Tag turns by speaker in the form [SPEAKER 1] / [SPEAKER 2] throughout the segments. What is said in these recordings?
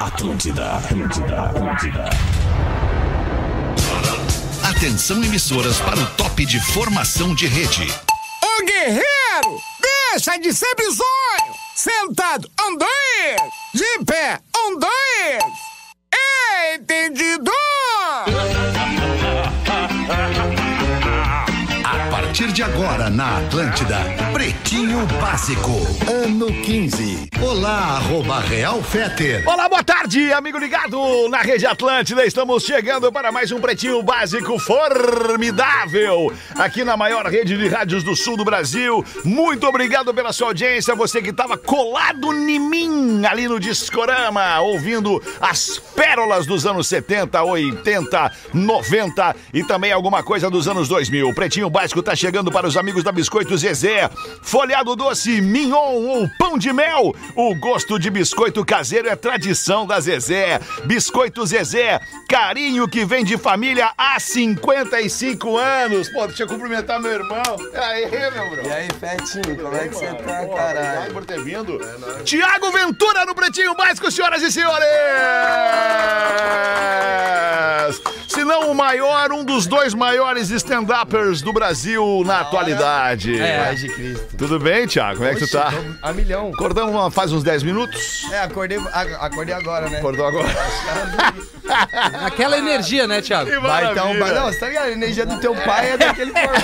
[SPEAKER 1] Atlântida, Atlântida, Atlântida.
[SPEAKER 2] Atenção emissoras para o top de formação de rede.
[SPEAKER 3] Ô guerreiro, deixa de ser bizonho! Sentado, um, dois! De pé, um, dois! Entendido!
[SPEAKER 2] A partir de agora na Atlântida, Pretinho Básico, ano 15. Olá, arroba Real Feter.
[SPEAKER 4] Olá, boa tarde, amigo ligado na Rede Atlântida. Estamos chegando para mais um Pretinho Básico formidável aqui na maior rede de rádios do sul do Brasil. Muito obrigado pela sua audiência, você que estava colado em mim ali no Discorama, ouvindo as pérolas dos anos 70, 80, 90 e também alguma coisa dos anos 2000. O Pretinho Básico está chegando para os amigos da Biscoito Zezé. Folhado doce, mignon ou pão de mel. O gosto de biscoito caseiro é tradição da Zezé. Biscoito Zezé, carinho que vem de família há 55 anos. Pô, deixa eu cumprimentar meu irmão. Aê, meu bro.
[SPEAKER 5] E aí, Fetinho, como é que você tá,
[SPEAKER 4] Pô,
[SPEAKER 5] caralho?
[SPEAKER 4] Obrigado por ter vindo. Tiago Ventura no Pretinho Básico, senhoras e senhores! Se não o maior, um dos dois maiores stand-uppers do Brasil na atualidade.
[SPEAKER 5] Paz de Cristo.
[SPEAKER 4] Tudo bem, Tiago? Como é que tu
[SPEAKER 5] Oxe,
[SPEAKER 4] tá?
[SPEAKER 5] tô A milhão.
[SPEAKER 4] Acordamos faz uns 10 minutos.
[SPEAKER 5] Ah. É, acordei, a- acordei agora, né?
[SPEAKER 4] Acordou agora.
[SPEAKER 6] Aquela energia, né, Thiago?
[SPEAKER 4] Que
[SPEAKER 5] Vai então,
[SPEAKER 4] maravilha.
[SPEAKER 5] vai. Não, você tá ligado? A energia do teu pai é daquele formato.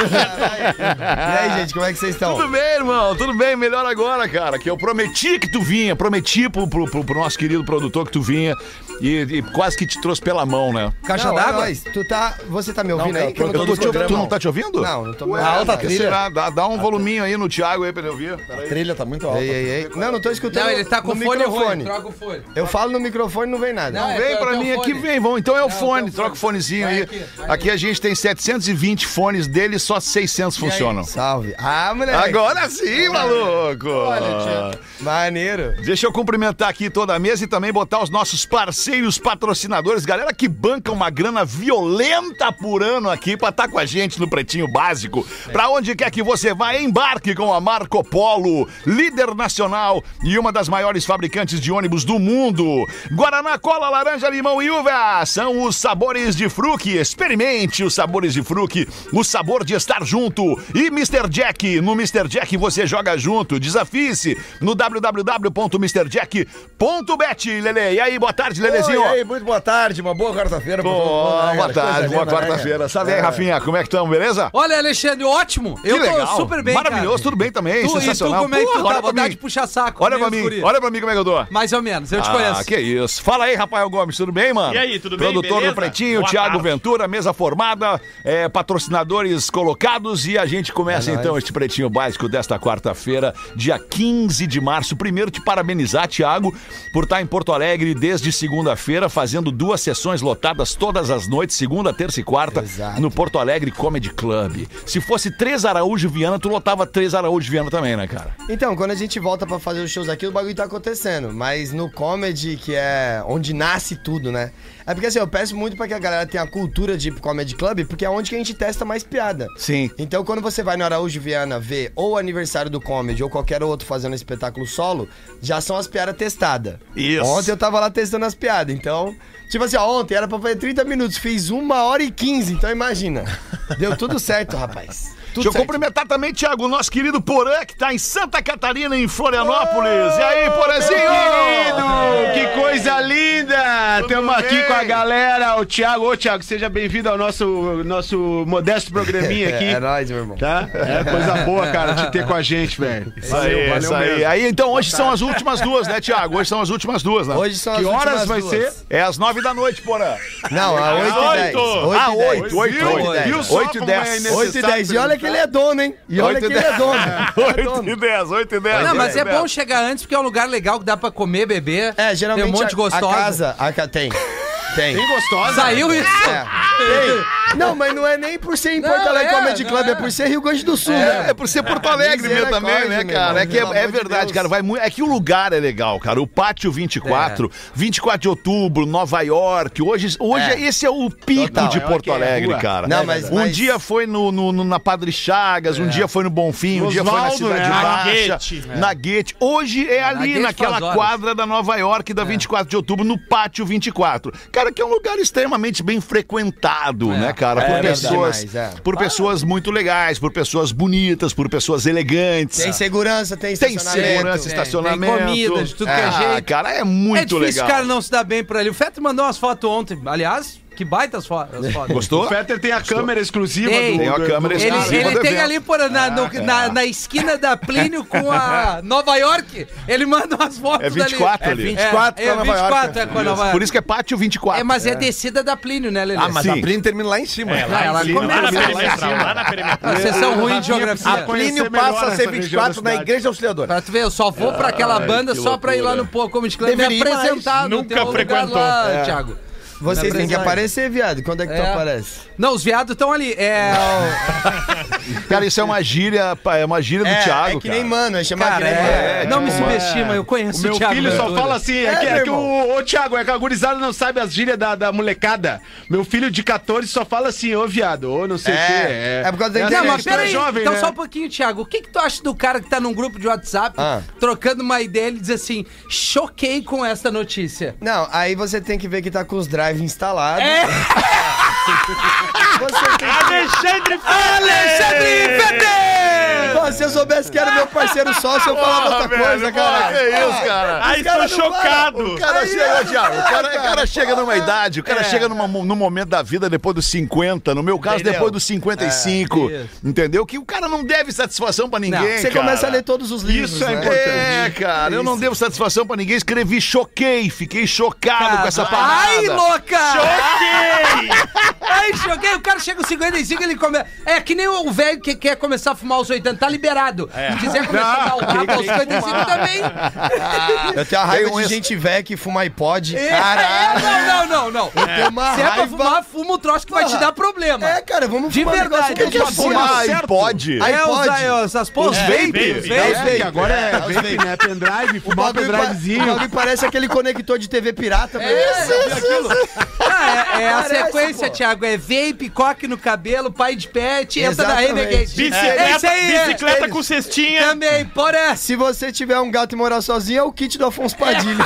[SPEAKER 5] e aí, gente, como é que vocês
[SPEAKER 4] Tudo
[SPEAKER 5] estão?
[SPEAKER 4] bem, irmão, tudo bem, melhor agora, cara. Que eu prometi que tu vinha, prometi pro, pro, pro- pro nosso querido produtor que tu vinha e, e quase que te trouxe pela mão, né?
[SPEAKER 6] Caixa
[SPEAKER 5] Não, é
[SPEAKER 6] d'água?
[SPEAKER 5] nóis. Tu tá. Você tá me ouvindo aí? Que eu
[SPEAKER 4] Eu tô
[SPEAKER 5] tô um, no
[SPEAKER 4] te-
[SPEAKER 5] programa.
[SPEAKER 4] tu não tá te ouvindo?
[SPEAKER 5] Não, não tô me
[SPEAKER 4] Ué,
[SPEAKER 5] ouvindo.
[SPEAKER 4] por que será? Dá, dá um voluminho aí no Thiago aí pra ele ouvir.
[SPEAKER 7] trilha tá muito alta.
[SPEAKER 5] Ei, ei, ei. Não, não tô escutando.
[SPEAKER 6] Não, ele tá com
[SPEAKER 5] no
[SPEAKER 6] fone ruim.
[SPEAKER 5] microfone.
[SPEAKER 6] Troca o fone.
[SPEAKER 5] Eu falo no microfone e não vem nada.
[SPEAKER 6] Não, é
[SPEAKER 4] Vem
[SPEAKER 6] teu-
[SPEAKER 4] pra
[SPEAKER 6] teu
[SPEAKER 4] mim aqui,
[SPEAKER 6] fone.
[SPEAKER 4] vem, vão. Então é o
[SPEAKER 6] teu
[SPEAKER 4] fone,
[SPEAKER 6] fone.
[SPEAKER 4] troca o fonezinho
[SPEAKER 6] Vai
[SPEAKER 4] aí.
[SPEAKER 6] aqui, vai
[SPEAKER 4] Aqui a gente tem 720 fones dele, só 600 funcionam.
[SPEAKER 5] Salve. Ah, moleque.
[SPEAKER 4] Agora sim, maluco!
[SPEAKER 5] Maneiro.
[SPEAKER 4] Deixa eu cumprimentar aqui toda a mesa e também botar os nossos parceiros patrocinadores, galera que banca uma grana violenta por ano aqui pra estar com a gente no Pretinho Básico. Pra onde quer que você vá, embarque com a Marco Polo, líder nacional e uma das maiores fabricantes de ônibus do mundo. Guaraná, cola, laranja, limão e uva são os sabores de fruque. Experimente os sabores de fruque, o sabor de estar junto. E Mr. Jack, no Mr. Jack você joga junto. Desafie-se no www.mrjack.bet, Lele. E aí, boa tarde, Lelezinho.
[SPEAKER 7] Oi, e aí, muito boa tarde, uma boa quarta-feira. pra todo mundo, né,
[SPEAKER 4] Boa,
[SPEAKER 7] cara?
[SPEAKER 4] boa
[SPEAKER 7] Que
[SPEAKER 4] tarde,
[SPEAKER 7] coisa
[SPEAKER 4] boa
[SPEAKER 7] linda, né,
[SPEAKER 4] quarta-feira.
[SPEAKER 7] cara?
[SPEAKER 4] Sabe aí,
[SPEAKER 7] É.
[SPEAKER 4] Rafinha, como é que estamos, beleza?
[SPEAKER 6] Olha, Alexandre, ótimo.
[SPEAKER 4] Que
[SPEAKER 6] eu tô
[SPEAKER 4] legal.
[SPEAKER 6] super bem,
[SPEAKER 4] Maravilhoso,
[SPEAKER 6] cara.
[SPEAKER 4] tudo bem também,
[SPEAKER 6] Tu, e tu,
[SPEAKER 4] sensacional.
[SPEAKER 6] como é que
[SPEAKER 4] Porra,
[SPEAKER 6] tu tá?
[SPEAKER 4] olha pra
[SPEAKER 6] Vontade
[SPEAKER 4] mim.
[SPEAKER 6] de puxar saco.
[SPEAKER 4] Olha
[SPEAKER 6] meus
[SPEAKER 4] pra mim,
[SPEAKER 6] guris.
[SPEAKER 4] olha pra mim como é que eu tô.
[SPEAKER 6] Mais ou menos, eu te conheço.
[SPEAKER 4] Ah, que isso. Fala aí, Rafael Gomes, tudo bem, mano?
[SPEAKER 8] E aí, tudo bem,
[SPEAKER 4] Produtor
[SPEAKER 8] beleza?
[SPEAKER 4] do Pretinho,
[SPEAKER 8] Boa
[SPEAKER 4] Thiago
[SPEAKER 8] tarde.
[SPEAKER 4] Ventura, mesa formada, é, patrocinadores colocados e a gente começa então este Pretinho Básico desta quarta-feira, dia 15 de março. Primeiro, te parabenizar, Thiago, por estar em Porto Alegre desde segunda-feira, fazendo duas sessões lotadas todas as noites, segunda, terça e quarta,
[SPEAKER 5] Exato.
[SPEAKER 4] no Porto Alegre Comedy Club. Se fosse três Araújo e Viana, tu lotava três Araújo e Viana também, né, cara?
[SPEAKER 5] Então, quando a gente volta pra fazer os shows aqui, o bagulho tá acontecendo. Mas no comedy, que é onde nasce tudo, né? É porque assim, eu peço muito pra que a galera tenha a cultura de ir pro comedy club, porque é onde que a gente testa mais piada.
[SPEAKER 4] Sim.
[SPEAKER 5] Então, quando você vai no Araújo Viana ver ou o aniversário do comedy ou qualquer outro fazendo espetáculo solo, já são as piadas testadas.
[SPEAKER 4] Isso.
[SPEAKER 5] Ontem eu tava lá testando as piadas, então. Tipo assim, ó, ontem era pra fazer 30 minutos, fiz uma hora e 15, então imagina. Deu tudo certo, rapaz. Tudo
[SPEAKER 4] Deixa eu
[SPEAKER 5] certo.
[SPEAKER 4] cumprimentar também, Thiago, o nosso querido Porã, que tá em Santa Catarina, em Florianópolis. e aí, Porãzinho?
[SPEAKER 9] Querido, que coisa linda! Tamo aqui
[SPEAKER 4] bem?
[SPEAKER 9] com a galera, o Thiago. Ô, Thiago, seja bem-vindo ao nosso, nosso modesto programinha aqui.
[SPEAKER 5] É, é nóis, meu irmão.
[SPEAKER 9] Tá? É coisa boa, cara, te ter com a gente, velho.
[SPEAKER 4] Isso aí, isso aí. aí, então, hoje são as últimas duas, né, Thiago? Hoje são as últimas duas, né?
[SPEAKER 5] Hoje são
[SPEAKER 9] Que
[SPEAKER 5] as
[SPEAKER 9] horas
[SPEAKER 5] últimas
[SPEAKER 9] vai
[SPEAKER 5] duas.
[SPEAKER 9] ser?
[SPEAKER 4] É às nove da noite, Porã.
[SPEAKER 5] Não, a 8
[SPEAKER 4] Oito.
[SPEAKER 5] e 10. 8
[SPEAKER 4] Ah,
[SPEAKER 5] e 10.
[SPEAKER 4] oito, oito,
[SPEAKER 5] é Oito e
[SPEAKER 4] oito.
[SPEAKER 5] dez.
[SPEAKER 4] Viu só
[SPEAKER 9] Oito e
[SPEAKER 4] como
[SPEAKER 9] dez.
[SPEAKER 4] é
[SPEAKER 9] Oito
[SPEAKER 5] Oito e 10. E olha que ele é dono, hein? E olha
[SPEAKER 4] Oito e
[SPEAKER 5] que ele é
[SPEAKER 4] dez.
[SPEAKER 5] dono. Ele é
[SPEAKER 4] Oito e
[SPEAKER 5] dono.
[SPEAKER 4] dez, oito e dez.
[SPEAKER 6] Não, mas
[SPEAKER 4] oito e
[SPEAKER 6] é
[SPEAKER 4] dez.
[SPEAKER 6] bom chegar antes, porque é um lugar legal que dá pra comer, beber.
[SPEAKER 5] É, geralmente
[SPEAKER 6] Tem um monte
[SPEAKER 5] a,
[SPEAKER 6] gostosa.
[SPEAKER 5] a casa... A, ca- tem. Tem.
[SPEAKER 9] Bem gostosa.
[SPEAKER 6] Saiu isso?
[SPEAKER 5] É. Tem. Não, mas não é nem por ser em Porto
[SPEAKER 6] Não,
[SPEAKER 5] Alegre
[SPEAKER 6] é,
[SPEAKER 5] Comedy
[SPEAKER 6] não
[SPEAKER 5] Club, é.
[SPEAKER 6] é.
[SPEAKER 5] por ser Rio Grande do Sul, né?
[SPEAKER 4] É, é por ser Porto Alegre mesmo
[SPEAKER 5] misericórdia,
[SPEAKER 4] também, né,
[SPEAKER 5] meu
[SPEAKER 4] cara?
[SPEAKER 5] irmão,
[SPEAKER 4] É que é,
[SPEAKER 5] pelo
[SPEAKER 4] é
[SPEAKER 5] amor de
[SPEAKER 4] verdade,
[SPEAKER 5] Deus.
[SPEAKER 4] cara. Vai muito. É que o lugar é legal, cara. O Pátio 24, 24 de outubro, Nova York. Hoje, hoje
[SPEAKER 5] É.
[SPEAKER 4] esse é o pico
[SPEAKER 5] Total.
[SPEAKER 4] de
[SPEAKER 5] Nova
[SPEAKER 4] Porto
[SPEAKER 9] York é
[SPEAKER 4] Alegre,
[SPEAKER 9] rua.
[SPEAKER 4] cara.
[SPEAKER 5] Não, mas-
[SPEAKER 4] um
[SPEAKER 5] mas- É.
[SPEAKER 4] dia foi no, no- no- na Padre Chagas, um dia foi no Bonfim, um dia foi na
[SPEAKER 9] Osvaldo,
[SPEAKER 4] Cidade
[SPEAKER 9] né? Na
[SPEAKER 4] Baixa,
[SPEAKER 5] né?
[SPEAKER 9] Guete.
[SPEAKER 4] na Guete. Hoje é ali,
[SPEAKER 6] Guete faz
[SPEAKER 4] naquela
[SPEAKER 6] horas.
[SPEAKER 4] quadra da Nova York,
[SPEAKER 5] É.
[SPEAKER 4] da 24 de outubro, no Pátio 24. Cara, que é um lugar extremamente bem frequentado, né, cara? Por
[SPEAKER 5] É. verdade.
[SPEAKER 4] pessoas,
[SPEAKER 5] Demais, é.
[SPEAKER 4] por pessoas muito legais, por pessoas bonitas, por pessoas elegantes.
[SPEAKER 5] Tem segurança, tem
[SPEAKER 4] Tem
[SPEAKER 5] estacionamento.
[SPEAKER 4] segurança,
[SPEAKER 6] tem
[SPEAKER 4] estacionamento.
[SPEAKER 6] comida de tudo que é
[SPEAKER 4] ah,
[SPEAKER 6] jeito.
[SPEAKER 4] cara, é
[SPEAKER 6] É
[SPEAKER 4] muito
[SPEAKER 6] difícil
[SPEAKER 4] legal.
[SPEAKER 6] o cara não se dar bem por ali. O Fetter mandou umas fotos ontem. Aliás, que baita as, fo as fotos.
[SPEAKER 4] Gostou?
[SPEAKER 9] O Fetter tem é a câmera exclusiva
[SPEAKER 6] Tem.
[SPEAKER 9] do,
[SPEAKER 6] Tem
[SPEAKER 4] a
[SPEAKER 9] do-
[SPEAKER 4] câmera
[SPEAKER 9] do-
[SPEAKER 6] Ele,
[SPEAKER 4] exclusiva.
[SPEAKER 6] ele tem
[SPEAKER 4] do evento. Ah, é.
[SPEAKER 6] ali por, na, no- na, na esquina da Plínio com a Nova York. Ele manda umas fotos
[SPEAKER 4] É 24
[SPEAKER 6] dali.
[SPEAKER 4] ali.
[SPEAKER 6] É,
[SPEAKER 7] 24
[SPEAKER 6] é,
[SPEAKER 7] com a Nova
[SPEAKER 6] 24 é com a Nova York.
[SPEAKER 4] Por isso que é pátio 24.
[SPEAKER 6] É, mas é descida da Plínio, né, Lelê?
[SPEAKER 7] Ah, mas
[SPEAKER 4] Sim.
[SPEAKER 7] a Plínio termina lá em cima.
[SPEAKER 6] Ah, ela começa
[SPEAKER 8] na
[SPEAKER 6] lá em
[SPEAKER 8] perimetral,
[SPEAKER 6] cima.
[SPEAKER 8] lá na perimetral.
[SPEAKER 6] Ah, Vocês são ruins de geografia.
[SPEAKER 7] Plínio
[SPEAKER 9] Conhecer é melhor
[SPEAKER 7] passa a ser
[SPEAKER 9] essa região da
[SPEAKER 7] 24 na
[SPEAKER 9] cidade.
[SPEAKER 7] Igreja Auxiliadora.
[SPEAKER 6] Pra tu ver, eu só vou pra aquela banda só pra ir lá no Pô Comedy Club me
[SPEAKER 7] Deveria ir mais.
[SPEAKER 6] apresentar. no
[SPEAKER 8] Nunca
[SPEAKER 6] teu um lugar
[SPEAKER 8] frequentou.
[SPEAKER 6] Lá, Thiago.
[SPEAKER 5] Vocês têm que
[SPEAKER 6] Apresenta.
[SPEAKER 5] aparecer, viado. Quando é que tu
[SPEAKER 6] É.
[SPEAKER 5] aparece?
[SPEAKER 6] Não, os viados estão ali. É, o-
[SPEAKER 4] Cara, isso é uma gíria, pá, é uma gíria do Thiago,
[SPEAKER 5] é que
[SPEAKER 4] cara.
[SPEAKER 5] nem mano, é chamado
[SPEAKER 6] cara,
[SPEAKER 5] que nem
[SPEAKER 6] é,
[SPEAKER 5] mano.
[SPEAKER 6] não me subestima, eu conheço
[SPEAKER 9] O meu
[SPEAKER 6] o Thiago.
[SPEAKER 9] filho só
[SPEAKER 6] Ventura.
[SPEAKER 9] fala assim, é, que,
[SPEAKER 5] meu
[SPEAKER 9] é que
[SPEAKER 5] irmão.
[SPEAKER 9] o, ô, Thiago, é que a gurizada não sabe as gírias da, da molecada. Meu filho de 14 só fala assim, ô viado, ô não sei o
[SPEAKER 5] É,
[SPEAKER 9] quê.
[SPEAKER 5] é por causa da
[SPEAKER 9] assim,
[SPEAKER 5] internet.
[SPEAKER 6] Não, mas
[SPEAKER 9] que tu é
[SPEAKER 6] peraí,
[SPEAKER 9] jovem,
[SPEAKER 6] então
[SPEAKER 9] né?
[SPEAKER 6] só um pouquinho, Thiago. O que, que tu acha do cara que tá num grupo de WhatsApp,
[SPEAKER 5] Ah.
[SPEAKER 6] trocando uma ideia, ele diz assim, choquei com essa notícia.
[SPEAKER 5] Não, aí você tem que ver que tá com os drive instalados.
[SPEAKER 6] É.
[SPEAKER 5] Você tem que...
[SPEAKER 8] Alexandre
[SPEAKER 6] Alexandre Fede!
[SPEAKER 5] Pô, se eu soubesse que era meu parceiro sócio, eu falava outra coisa, cara.
[SPEAKER 4] Que isso, cara?
[SPEAKER 5] Ah,
[SPEAKER 8] Aí estou chocado.
[SPEAKER 4] O cara chega, Thiago, o cara, o cara chega numa idade, o cara chega numa, num momento da vida depois dos 50, no meu caso, depois dos 55.
[SPEAKER 6] É, isso.
[SPEAKER 4] entendeu? Que o cara não deve satisfação pra ninguém.
[SPEAKER 6] Não,
[SPEAKER 5] Você
[SPEAKER 4] cara.
[SPEAKER 5] começa a ler todos os livros.
[SPEAKER 9] Isso é
[SPEAKER 5] né?
[SPEAKER 9] importante.
[SPEAKER 4] É, cara, eu não devo satisfação pra ninguém. Escrevi, choquei, fiquei chocado com essa parada.
[SPEAKER 6] Ai, louca! Ai, choquei! O cara chega aos 55 ele começa. É que nem o velho que quer começar a fumar aos 80, tá liberado.
[SPEAKER 5] É.
[SPEAKER 6] Se quiser começar a dar o rabo aos 55 também.
[SPEAKER 5] Eu tenho a raiva
[SPEAKER 4] Tem um
[SPEAKER 5] de
[SPEAKER 4] ex-
[SPEAKER 5] gente velha que fuma iPod.
[SPEAKER 6] É,
[SPEAKER 5] Caralho.
[SPEAKER 6] não, não, não, não.
[SPEAKER 5] Tem uma
[SPEAKER 6] Se é pra
[SPEAKER 5] raiva-
[SPEAKER 6] fumar, fuma o troço que vai te dar problema.
[SPEAKER 5] É, cara, vamos
[SPEAKER 6] De
[SPEAKER 5] fumar um
[SPEAKER 6] verdade,
[SPEAKER 5] negócio que
[SPEAKER 6] eu
[SPEAKER 5] a gente
[SPEAKER 6] já fui
[SPEAKER 5] fuma.
[SPEAKER 4] Fumar
[SPEAKER 9] certo.
[SPEAKER 4] iPod.
[SPEAKER 5] Aí
[SPEAKER 6] É, os,
[SPEAKER 5] pode.
[SPEAKER 6] aí, os- as porras.
[SPEAKER 4] vape.
[SPEAKER 9] É,
[SPEAKER 6] vape.
[SPEAKER 9] que agora é,
[SPEAKER 5] É, os
[SPEAKER 9] vape, né? Pendrive,
[SPEAKER 5] O
[SPEAKER 9] fumar
[SPEAKER 5] bagulho pa- o
[SPEAKER 9] pendrivezinho.
[SPEAKER 5] bagulho parece aquele conector de TV pirata. mas-
[SPEAKER 6] Ah, é, é a
[SPEAKER 5] Parece,
[SPEAKER 6] sequência,
[SPEAKER 5] pô.
[SPEAKER 6] Thiago. É vape, coque no cabelo, pai de pet, entra na
[SPEAKER 5] Exatamente.
[SPEAKER 6] Renegade. É isso
[SPEAKER 8] Bicicleta,
[SPEAKER 6] aí, é.
[SPEAKER 8] bicicleta com cestinha.
[SPEAKER 6] Também, por essa.
[SPEAKER 5] Se você tiver um gato e morar sozinho, é o kit do Afonso Padilha.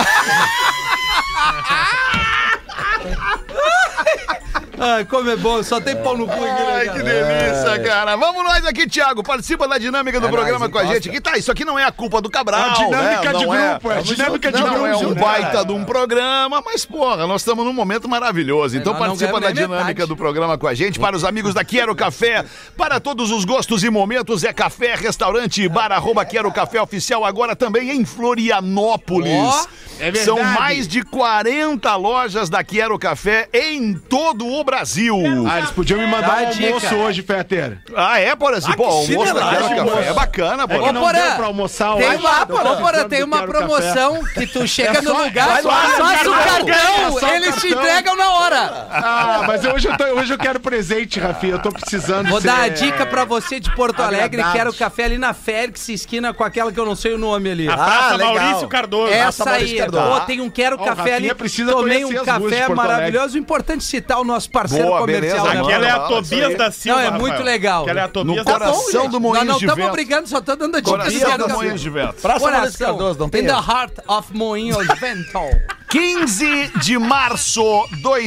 [SPEAKER 6] Ai, como é bom, só tem pau no cu aqui, né,
[SPEAKER 4] Ai, que
[SPEAKER 6] cara? É.
[SPEAKER 4] delícia, cara. Vamos nós aqui, Thiago. Participa da dinâmica do
[SPEAKER 5] É
[SPEAKER 4] programa
[SPEAKER 5] nóis,
[SPEAKER 4] com a
[SPEAKER 5] encosta.
[SPEAKER 4] gente. Que tá, isso aqui não é a culpa do Cabral.
[SPEAKER 9] A dinâmica
[SPEAKER 4] né?
[SPEAKER 9] de
[SPEAKER 4] Não
[SPEAKER 9] grupo, é a dinâmica de
[SPEAKER 4] Não é
[SPEAKER 9] grupo.
[SPEAKER 4] um
[SPEAKER 9] né?
[SPEAKER 4] baita de um programa, mas porra, nós estamos num momento maravilhoso. Então
[SPEAKER 6] É, nós não
[SPEAKER 4] participa da
[SPEAKER 6] ganhamos nem
[SPEAKER 4] dinâmica
[SPEAKER 6] metade.
[SPEAKER 4] do programa com a gente. Para os amigos da Quero Café, para todos os gostos e momentos, é café, restaurante e bar, arroba Quero Café Oficial, agora também em Florianópolis.
[SPEAKER 6] Ó,
[SPEAKER 9] é verdade.
[SPEAKER 4] São mais de 40 lojas da Quero Café em todo o Brasil.
[SPEAKER 9] Ah, eles podiam me
[SPEAKER 6] Dá
[SPEAKER 9] mandar um
[SPEAKER 6] a dica.
[SPEAKER 9] almoço hoje, Fetter.
[SPEAKER 4] Ah, é, Porã? Assim, pô, almoço da
[SPEAKER 9] chinelagem,
[SPEAKER 4] Quero Café
[SPEAKER 9] moço.
[SPEAKER 4] é bacana,
[SPEAKER 9] É
[SPEAKER 4] Porã.
[SPEAKER 9] que não
[SPEAKER 6] Ô, Porã,
[SPEAKER 9] deu pra almoçar
[SPEAKER 6] Tem
[SPEAKER 9] hoje.
[SPEAKER 6] uma,
[SPEAKER 9] Eu tô
[SPEAKER 6] pô, porra,
[SPEAKER 9] comprando
[SPEAKER 6] tem uma
[SPEAKER 9] quero café.
[SPEAKER 6] promoção que tu chega no lugar,
[SPEAKER 9] lá,
[SPEAKER 6] passa o
[SPEAKER 9] é só o
[SPEAKER 6] cartão,
[SPEAKER 9] cartão.
[SPEAKER 6] eles te entregam na hora.
[SPEAKER 9] Ah, mas hoje eu, tô- hoje eu quero presente, Rafinha. Eu tô precisando
[SPEAKER 6] Vou
[SPEAKER 9] ser-
[SPEAKER 6] dar a dica pra você de Porto Alegre,
[SPEAKER 9] agradável.
[SPEAKER 6] quero café ali na Félix, esquina com aquela que eu não sei o nome ali.
[SPEAKER 9] Ah,
[SPEAKER 8] Praça
[SPEAKER 5] Ah, legal. É,
[SPEAKER 8] Maurício Cardoso.
[SPEAKER 6] Essa aí,
[SPEAKER 4] é
[SPEAKER 6] pô, tem um quero
[SPEAKER 9] Ó, o
[SPEAKER 6] café
[SPEAKER 9] Rafinha
[SPEAKER 6] ali,
[SPEAKER 9] precisa
[SPEAKER 6] tomei
[SPEAKER 9] conhecer
[SPEAKER 6] um
[SPEAKER 9] as ruas de
[SPEAKER 6] café
[SPEAKER 9] Porto
[SPEAKER 6] maravilhoso, o importante é citar o nosso parceiro
[SPEAKER 4] Boa,
[SPEAKER 6] comercial.
[SPEAKER 4] beleza,
[SPEAKER 6] né,
[SPEAKER 8] Aquela é
[SPEAKER 4] Não,
[SPEAKER 8] a
[SPEAKER 4] não,
[SPEAKER 8] Tobias da Silva.
[SPEAKER 6] Não, é muito
[SPEAKER 8] Rafael.
[SPEAKER 6] legal.
[SPEAKER 8] Aquela é a
[SPEAKER 6] No
[SPEAKER 8] Tobias
[SPEAKER 4] Tá
[SPEAKER 8] da
[SPEAKER 4] bom,
[SPEAKER 8] Silva.
[SPEAKER 4] Coração
[SPEAKER 6] gente.
[SPEAKER 4] do Moinhos
[SPEAKER 6] Nós não
[SPEAKER 4] de
[SPEAKER 6] estamos
[SPEAKER 4] Vento.
[SPEAKER 6] brigando, só tô dando a dica. de
[SPEAKER 4] Coração
[SPEAKER 6] quero
[SPEAKER 4] do
[SPEAKER 6] café.
[SPEAKER 4] Moinhos de Vento.
[SPEAKER 7] Praça Maurício
[SPEAKER 6] Coração,
[SPEAKER 7] Cardoso, não tem
[SPEAKER 6] in the
[SPEAKER 7] erro.
[SPEAKER 6] heart of Moinhos Vento.
[SPEAKER 4] 15 de março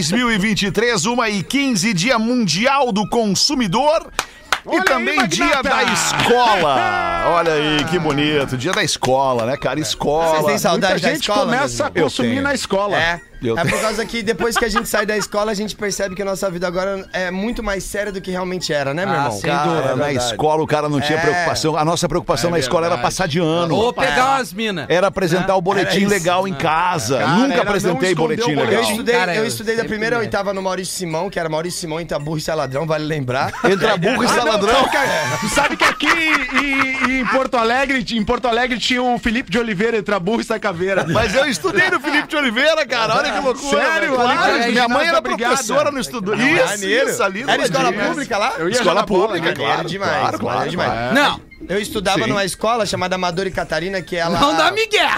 [SPEAKER 4] 2023, 1 e 15, Dia Mundial do Consumidor. e
[SPEAKER 9] Olha aí,
[SPEAKER 4] também
[SPEAKER 9] magnata!
[SPEAKER 4] dia da escola. Olha aí, que bonito. Dia da escola, né, cara? Escola.
[SPEAKER 5] Vocês têm saudade
[SPEAKER 9] Muita
[SPEAKER 5] da
[SPEAKER 9] gente
[SPEAKER 5] escola?
[SPEAKER 9] começa a
[SPEAKER 5] meu
[SPEAKER 4] Eu
[SPEAKER 9] consumir
[SPEAKER 4] tenho.
[SPEAKER 9] na escola.
[SPEAKER 5] É.
[SPEAKER 4] Eu
[SPEAKER 5] é
[SPEAKER 4] tenho.
[SPEAKER 5] por causa que depois que a gente sai da escola, a gente percebe que a nossa vida agora é muito mais séria do que realmente era, né, meu
[SPEAKER 6] Ah,
[SPEAKER 5] irmão?
[SPEAKER 6] sem
[SPEAKER 4] Cara, na escola o cara não tinha
[SPEAKER 5] É.
[SPEAKER 4] preocupação. A nossa preocupação na escola era passar de ano.
[SPEAKER 6] Ou pegar umas minas.
[SPEAKER 4] Era apresentar o boletim legal em casa.
[SPEAKER 9] Cara,
[SPEAKER 4] Nunca
[SPEAKER 9] era não
[SPEAKER 4] apresentei
[SPEAKER 9] esconder
[SPEAKER 4] boletim
[SPEAKER 9] o boletim.
[SPEAKER 5] Eu
[SPEAKER 4] legal.
[SPEAKER 5] estudei,
[SPEAKER 6] Cara,
[SPEAKER 5] eu
[SPEAKER 6] eu
[SPEAKER 5] estudei da
[SPEAKER 6] sempre
[SPEAKER 5] primeira à
[SPEAKER 6] me-
[SPEAKER 5] oitava no Maurício Simão, que era Maurício Simão, entre a burra e ser ladrão, vale lembrar.
[SPEAKER 4] Entra burro e
[SPEAKER 9] Ah, não,
[SPEAKER 4] saladrão.
[SPEAKER 9] sabe que- Tu sabe que aqui em- em, em Porto Alegre, um em Porto Alegre tinha o Felipe de Oliveira, entre a burra e sai caveira.
[SPEAKER 4] Mas eu estudei no Felipe de Oliveira, cara. Olha Olha que loucura.
[SPEAKER 9] Sério?
[SPEAKER 4] velho.
[SPEAKER 9] Ali
[SPEAKER 4] Claro, minha
[SPEAKER 9] na
[SPEAKER 4] mãe era
[SPEAKER 9] ginásio da brigada.
[SPEAKER 4] professora no estudo. Isso,
[SPEAKER 5] Maneiro.
[SPEAKER 4] isso, ali. do
[SPEAKER 5] Era escola
[SPEAKER 4] ladinho.
[SPEAKER 5] pública lá?
[SPEAKER 9] Eu ia
[SPEAKER 4] Escola
[SPEAKER 9] jogar bola,
[SPEAKER 4] pública,
[SPEAKER 9] né?
[SPEAKER 4] claro.
[SPEAKER 5] Maneiro demais,
[SPEAKER 4] Claro, claro.
[SPEAKER 5] maneiro demais.
[SPEAKER 4] claro.
[SPEAKER 6] Não,
[SPEAKER 5] Eu estudava
[SPEAKER 4] Sim.
[SPEAKER 5] numa escola chamada Amadora e Catarina, que ela.
[SPEAKER 6] não dá migué.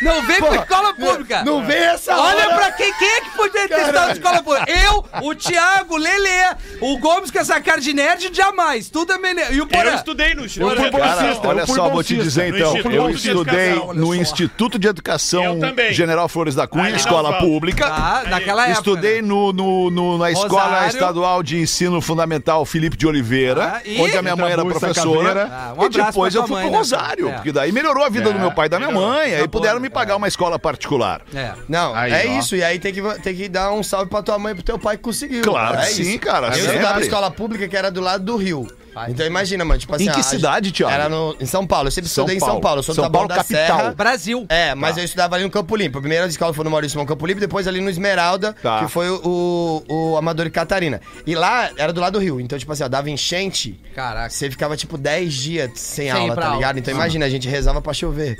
[SPEAKER 6] Não vem pra escola pública.
[SPEAKER 5] Não vem essa
[SPEAKER 6] Olha
[SPEAKER 5] hora.
[SPEAKER 6] pra quem, quem é que poderia ter estado na escola pública? Eu, o Thiago, o Lelê, o Gomes com essa cara de nerd, jamais. Tudo é menino. E o
[SPEAKER 8] Eu
[SPEAKER 6] Porã.
[SPEAKER 8] estudei no Instituto.
[SPEAKER 9] fui
[SPEAKER 8] de
[SPEAKER 9] bolsista,
[SPEAKER 8] Educação.
[SPEAKER 4] Cara, olha
[SPEAKER 9] eu fui
[SPEAKER 4] só, vou te
[SPEAKER 9] bolsista.
[SPEAKER 4] dizer
[SPEAKER 8] No
[SPEAKER 4] então.
[SPEAKER 8] Instituto
[SPEAKER 4] Eu
[SPEAKER 8] de
[SPEAKER 4] estudei
[SPEAKER 8] Educação, olha
[SPEAKER 4] no
[SPEAKER 8] só.
[SPEAKER 4] Instituto de Educação
[SPEAKER 8] Eu também.
[SPEAKER 4] General Flores da Cunha,
[SPEAKER 8] Aí não
[SPEAKER 4] escola
[SPEAKER 8] falta.
[SPEAKER 4] pública.
[SPEAKER 6] Ah, naquela época.
[SPEAKER 4] Estudei
[SPEAKER 6] né?
[SPEAKER 4] no, no- no- na Escola
[SPEAKER 6] Rosário.
[SPEAKER 4] Estadual de Ensino Fundamental Felipe de Oliveira,
[SPEAKER 6] Ah, e?
[SPEAKER 4] onde a minha mãe era
[SPEAKER 9] Trabuco,
[SPEAKER 4] professora.
[SPEAKER 9] Sacaveira.
[SPEAKER 6] Ah, um
[SPEAKER 4] e
[SPEAKER 6] abraço
[SPEAKER 4] depois
[SPEAKER 6] pra tua
[SPEAKER 4] eu fui
[SPEAKER 6] mãe,
[SPEAKER 4] pro
[SPEAKER 6] né?
[SPEAKER 4] Rosário,
[SPEAKER 6] É.
[SPEAKER 4] porque daí melhorou a vida do meu pai e da minha mãe. Aí
[SPEAKER 6] Acabou,
[SPEAKER 4] puderam
[SPEAKER 6] né?
[SPEAKER 4] me pagar uma escola particular.
[SPEAKER 6] É.
[SPEAKER 5] Não,
[SPEAKER 9] Aí,
[SPEAKER 5] é
[SPEAKER 9] ó.
[SPEAKER 5] isso. E aí tem que, tem que dar um salve pra tua mãe e pro teu pai que conseguiu.
[SPEAKER 4] Claro
[SPEAKER 5] é
[SPEAKER 4] que sim,
[SPEAKER 5] isso.
[SPEAKER 4] cara.
[SPEAKER 5] Eu
[SPEAKER 4] sempre.
[SPEAKER 5] estudava em escola pública que era do lado do Rio. Então imagina, mano, tipo assim.
[SPEAKER 4] Em que
[SPEAKER 5] a-
[SPEAKER 4] cidade, Thiago?
[SPEAKER 5] Era no, em São Paulo. Eu sempre
[SPEAKER 4] São
[SPEAKER 5] estudei em
[SPEAKER 4] Paulo.
[SPEAKER 5] São Paulo. Eu sou do
[SPEAKER 4] São
[SPEAKER 5] Taboão
[SPEAKER 4] Paulo,
[SPEAKER 5] da
[SPEAKER 4] capital.
[SPEAKER 5] Serra.
[SPEAKER 6] Brasil.
[SPEAKER 5] É, mas eu estudava ali no Campo Limpo. A primeira escola foi no Maurício Mão Campo Limpo, depois ali no Esmeralda,
[SPEAKER 4] Tá.
[SPEAKER 5] que foi o, o Amador e Catarina. E lá era do lado do Rio. Então, tipo assim, ó, dava enchente.
[SPEAKER 6] Caraca.
[SPEAKER 5] Você ficava, tipo, 10 dias sem,
[SPEAKER 6] Sem ir
[SPEAKER 5] aula,
[SPEAKER 6] pra
[SPEAKER 5] tá
[SPEAKER 6] aula.
[SPEAKER 5] ligado? Então imagina, a gente rezava pra chover.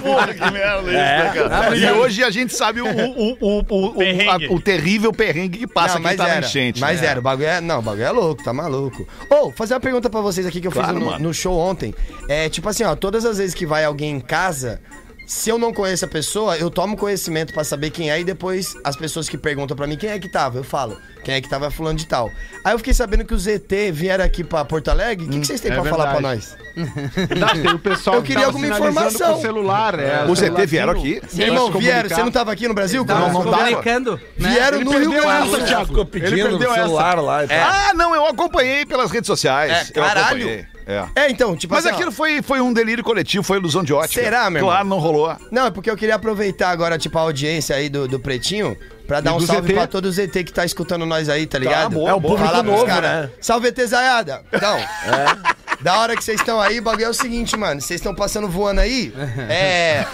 [SPEAKER 4] Porra, que merda isso, né, cara? E hoje a gente sabe o, o- o- o- o-
[SPEAKER 8] Perrengue.
[SPEAKER 4] a- o terrível perrengue que passa
[SPEAKER 5] não,
[SPEAKER 4] quem tá
[SPEAKER 5] era,
[SPEAKER 4] na enchente.
[SPEAKER 5] Mas
[SPEAKER 4] né?
[SPEAKER 5] era, o bagulho é. Não, o bagulho é louco, tá maluco. Ô, fazer uma pergunta pra vocês aqui que eu
[SPEAKER 4] Claro,
[SPEAKER 5] fiz no,
[SPEAKER 4] mano.
[SPEAKER 5] no show ontem. É tipo assim, ó, todas as vezes que vai alguém em casa. Se eu não conheço a pessoa, eu tomo conhecimento pra saber quem é e depois as pessoas que perguntam pra mim quem é que tava, eu falo. Quem é que tava é fulano de tal. Aí eu fiquei sabendo que o ZT vieram aqui pra Porto Alegre. O
[SPEAKER 4] Hum,
[SPEAKER 5] que, que vocês têm
[SPEAKER 9] é
[SPEAKER 5] pra falar pra
[SPEAKER 9] verdade.
[SPEAKER 5] nós?
[SPEAKER 9] Verdade, tem o pessoal
[SPEAKER 5] Eu queria
[SPEAKER 9] tava
[SPEAKER 5] alguma
[SPEAKER 9] sinalizando
[SPEAKER 5] informação.
[SPEAKER 9] Com o celular, é,
[SPEAKER 4] Os
[SPEAKER 9] celular
[SPEAKER 4] ET vieram
[SPEAKER 9] viu.
[SPEAKER 4] aqui.
[SPEAKER 5] Meu irmão,
[SPEAKER 9] se
[SPEAKER 5] vieram.
[SPEAKER 9] comunicar.
[SPEAKER 5] Você não tava aqui no Brasil?
[SPEAKER 6] Tá
[SPEAKER 5] cara?
[SPEAKER 4] não
[SPEAKER 6] se
[SPEAKER 4] dava.
[SPEAKER 6] comunicando. né?
[SPEAKER 5] Vieram no Rio Grande
[SPEAKER 9] perdeu
[SPEAKER 5] do
[SPEAKER 9] essa,
[SPEAKER 5] Sul.
[SPEAKER 9] Thiago.
[SPEAKER 7] Ficou
[SPEAKER 9] Ele
[SPEAKER 7] pedindo
[SPEAKER 9] perdeu
[SPEAKER 7] no celular lá e tal.
[SPEAKER 4] Ah, não, eu acompanhei pelas redes sociais.
[SPEAKER 5] É,
[SPEAKER 4] Eu
[SPEAKER 5] caralho.
[SPEAKER 4] acompanhei, É.
[SPEAKER 5] É, então, tipo
[SPEAKER 4] Mas
[SPEAKER 5] assim, ó,
[SPEAKER 4] aquilo foi, foi um delírio coletivo, foi ilusão de ótica.
[SPEAKER 5] Será, meu
[SPEAKER 4] Claro, não rolou.
[SPEAKER 5] Não, é porque eu queria aproveitar agora, tipo, a audiência aí do, do Pretinho, pra dar
[SPEAKER 9] E
[SPEAKER 5] um
[SPEAKER 9] do
[SPEAKER 5] salve
[SPEAKER 9] ZT.
[SPEAKER 5] pra todo o ZT que tá escutando nós aí, tá ligado?
[SPEAKER 4] boa, É o boa.
[SPEAKER 5] Falar pros
[SPEAKER 7] novo,
[SPEAKER 5] cara,
[SPEAKER 7] né?
[SPEAKER 5] Salve, ETzaiada! Então,
[SPEAKER 4] É.
[SPEAKER 5] da hora que vocês estão aí, o bagulho é o seguinte, mano, vocês estão passando voando aí, é...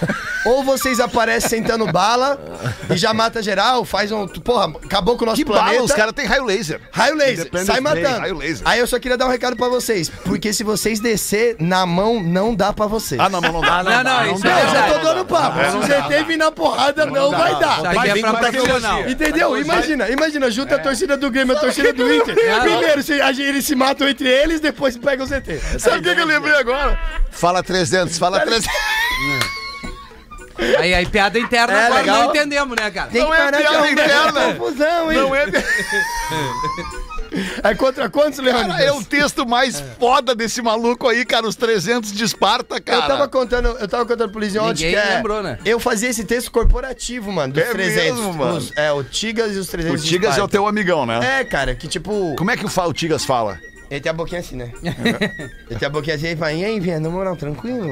[SPEAKER 5] Ou vocês aparecem sentando bala e já mata geral, faz um... Porra, acabou com o nosso
[SPEAKER 4] Que
[SPEAKER 5] planeta.
[SPEAKER 4] bala, os caras têm raio laser.
[SPEAKER 5] Raio laser,
[SPEAKER 4] Independence
[SPEAKER 5] sai
[SPEAKER 4] Day,
[SPEAKER 5] Tá matando.
[SPEAKER 4] raio laser.
[SPEAKER 5] Aí eu só queria dar um recado pra vocês, porque se vocês descer na mão, não dá pra vocês.
[SPEAKER 4] Ah, não, não, não dá.
[SPEAKER 6] Não, não, isso é
[SPEAKER 5] Não, eu já tô
[SPEAKER 6] verdade.
[SPEAKER 5] dando papo.
[SPEAKER 4] É,
[SPEAKER 5] Se o GT vir na porrada, não, vai dar.
[SPEAKER 6] Isso aqui é pra profissional.
[SPEAKER 5] Entendeu? Imagina, imagina, junta a
[SPEAKER 4] É.
[SPEAKER 5] torcida do Grêmio, a torcida do Inter. Primeiro, se- a- eles se matam entre eles, depois pegam o ZT.
[SPEAKER 4] Sabe o que, que eu lembrei agora? Fala 300, fala 300.
[SPEAKER 6] Aí, aí, piada interna,
[SPEAKER 5] É,
[SPEAKER 6] agora
[SPEAKER 5] legal.
[SPEAKER 6] não entendemos, né, cara?
[SPEAKER 5] Tem
[SPEAKER 4] Não é piada
[SPEAKER 5] arrumar
[SPEAKER 4] interna.
[SPEAKER 5] essa um confusão, hein?
[SPEAKER 4] Não é...
[SPEAKER 5] É contra quantos, Leandro?
[SPEAKER 4] Cara, é o texto mais foda desse maluco aí, cara. Os 300 de Esparta, cara.
[SPEAKER 5] Eu tava contando, eu tava contando pro Lizinho ontem que
[SPEAKER 6] Ninguém
[SPEAKER 5] é-
[SPEAKER 6] lembrou, né?
[SPEAKER 5] Eu fazia esse texto corporativo, mano, dos
[SPEAKER 4] É
[SPEAKER 5] 300.
[SPEAKER 4] mesmo, mano?
[SPEAKER 5] os- é, o Tigas e os
[SPEAKER 4] O
[SPEAKER 5] 300. de
[SPEAKER 4] Tigas é o
[SPEAKER 5] Esparta.
[SPEAKER 4] teu amigão, né?
[SPEAKER 5] É, cara, que tipo.
[SPEAKER 4] Como é que o fa- o Tigas fala?
[SPEAKER 5] Ele tem a boquinha assim, né? ele tem a boquinha assim e fala, e aí, Vinha, na moral, tranquilo?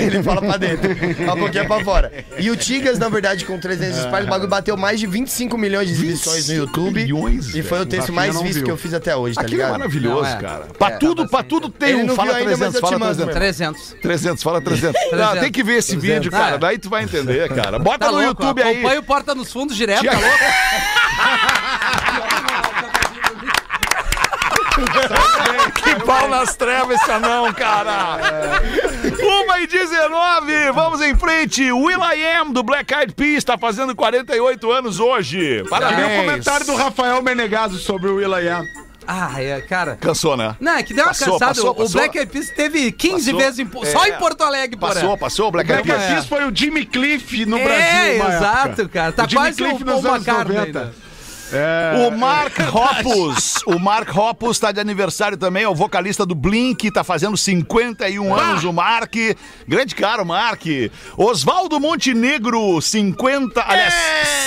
[SPEAKER 5] ele fala pra dentro, a boquinha pra fora. E o Tigas, na verdade, com 300 espalhos, o bagulho bateu mais de 25 milhões de exibições no
[SPEAKER 4] 25
[SPEAKER 5] YouTube.
[SPEAKER 4] milhões,
[SPEAKER 5] e foi o
[SPEAKER 4] velho.
[SPEAKER 5] texto
[SPEAKER 9] Rafinha
[SPEAKER 5] mais
[SPEAKER 9] não
[SPEAKER 5] visto
[SPEAKER 9] viu.
[SPEAKER 5] que eu fiz até hoje, tá
[SPEAKER 4] Aquilo é
[SPEAKER 5] ligado?
[SPEAKER 4] maravilhoso,
[SPEAKER 6] Não, é.
[SPEAKER 4] cara. Pra tudo, pra tudo tem
[SPEAKER 5] tá Ele
[SPEAKER 4] um.
[SPEAKER 5] não
[SPEAKER 4] Fala
[SPEAKER 5] viu ainda, mas
[SPEAKER 4] 300,
[SPEAKER 5] eu te
[SPEAKER 4] fala
[SPEAKER 5] mando,
[SPEAKER 4] 300.
[SPEAKER 6] 300.
[SPEAKER 4] 300, fala 300. Não,
[SPEAKER 6] 300.
[SPEAKER 4] tem que ver esse vídeo, cara.
[SPEAKER 5] é.
[SPEAKER 6] Ah.
[SPEAKER 4] Daí tu vai entender, cara.
[SPEAKER 6] Tá
[SPEAKER 4] Bota no
[SPEAKER 6] louco,
[SPEAKER 4] YouTube aí.
[SPEAKER 6] acompanha o Porta nos Fundos direto,
[SPEAKER 4] Tia-
[SPEAKER 6] tá louco?
[SPEAKER 4] Que pau nas trevas esse anão, cara! Uma e 19, vamos em frente. Will I Am, do Black Eyed Peas, está fazendo 48 anos hoje.
[SPEAKER 9] Cadê o
[SPEAKER 4] Parabéns.
[SPEAKER 9] comentário do Rafael Menegaso sobre o Will.i.am?
[SPEAKER 6] Ah, é, cara...
[SPEAKER 4] Cansou, né?
[SPEAKER 6] Não, é que deu uma
[SPEAKER 4] Passou,
[SPEAKER 6] cansada.
[SPEAKER 4] passou,
[SPEAKER 6] o
[SPEAKER 4] passou.
[SPEAKER 6] Black Eyed Peas teve 15
[SPEAKER 4] Passou.
[SPEAKER 6] vezes em Po- só
[SPEAKER 4] É.
[SPEAKER 6] em Porto Alegre, porra.
[SPEAKER 4] Passou, passou, Black
[SPEAKER 5] É,
[SPEAKER 4] Eyed
[SPEAKER 9] Black
[SPEAKER 4] Peas.
[SPEAKER 9] Eyed Peas foi o Jimmy Cliff no
[SPEAKER 6] É,
[SPEAKER 9] Brasil. uma
[SPEAKER 6] exato,
[SPEAKER 9] época.
[SPEAKER 6] cara. Tá
[SPEAKER 9] o Jimmy
[SPEAKER 6] quase
[SPEAKER 9] Cliff
[SPEAKER 6] o
[SPEAKER 9] nos
[SPEAKER 6] Paul
[SPEAKER 9] anos
[SPEAKER 6] McCartney,
[SPEAKER 9] 90.
[SPEAKER 6] né?
[SPEAKER 9] É,
[SPEAKER 4] O Mark Hoppus, o Mark Hoppus tá de aniversário também, é o vocalista do Blink, tá fazendo 51 anos o Mark. Grande cara o Mark. Oswaldo Montenegro, 50, aliás,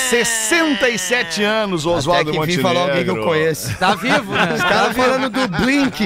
[SPEAKER 4] 67 anos o Oswaldo
[SPEAKER 5] Até que vim
[SPEAKER 4] Montenegro.
[SPEAKER 5] falar alguém que eu conheço.
[SPEAKER 6] Tá vivo, né?
[SPEAKER 5] Os caras falando do Blink,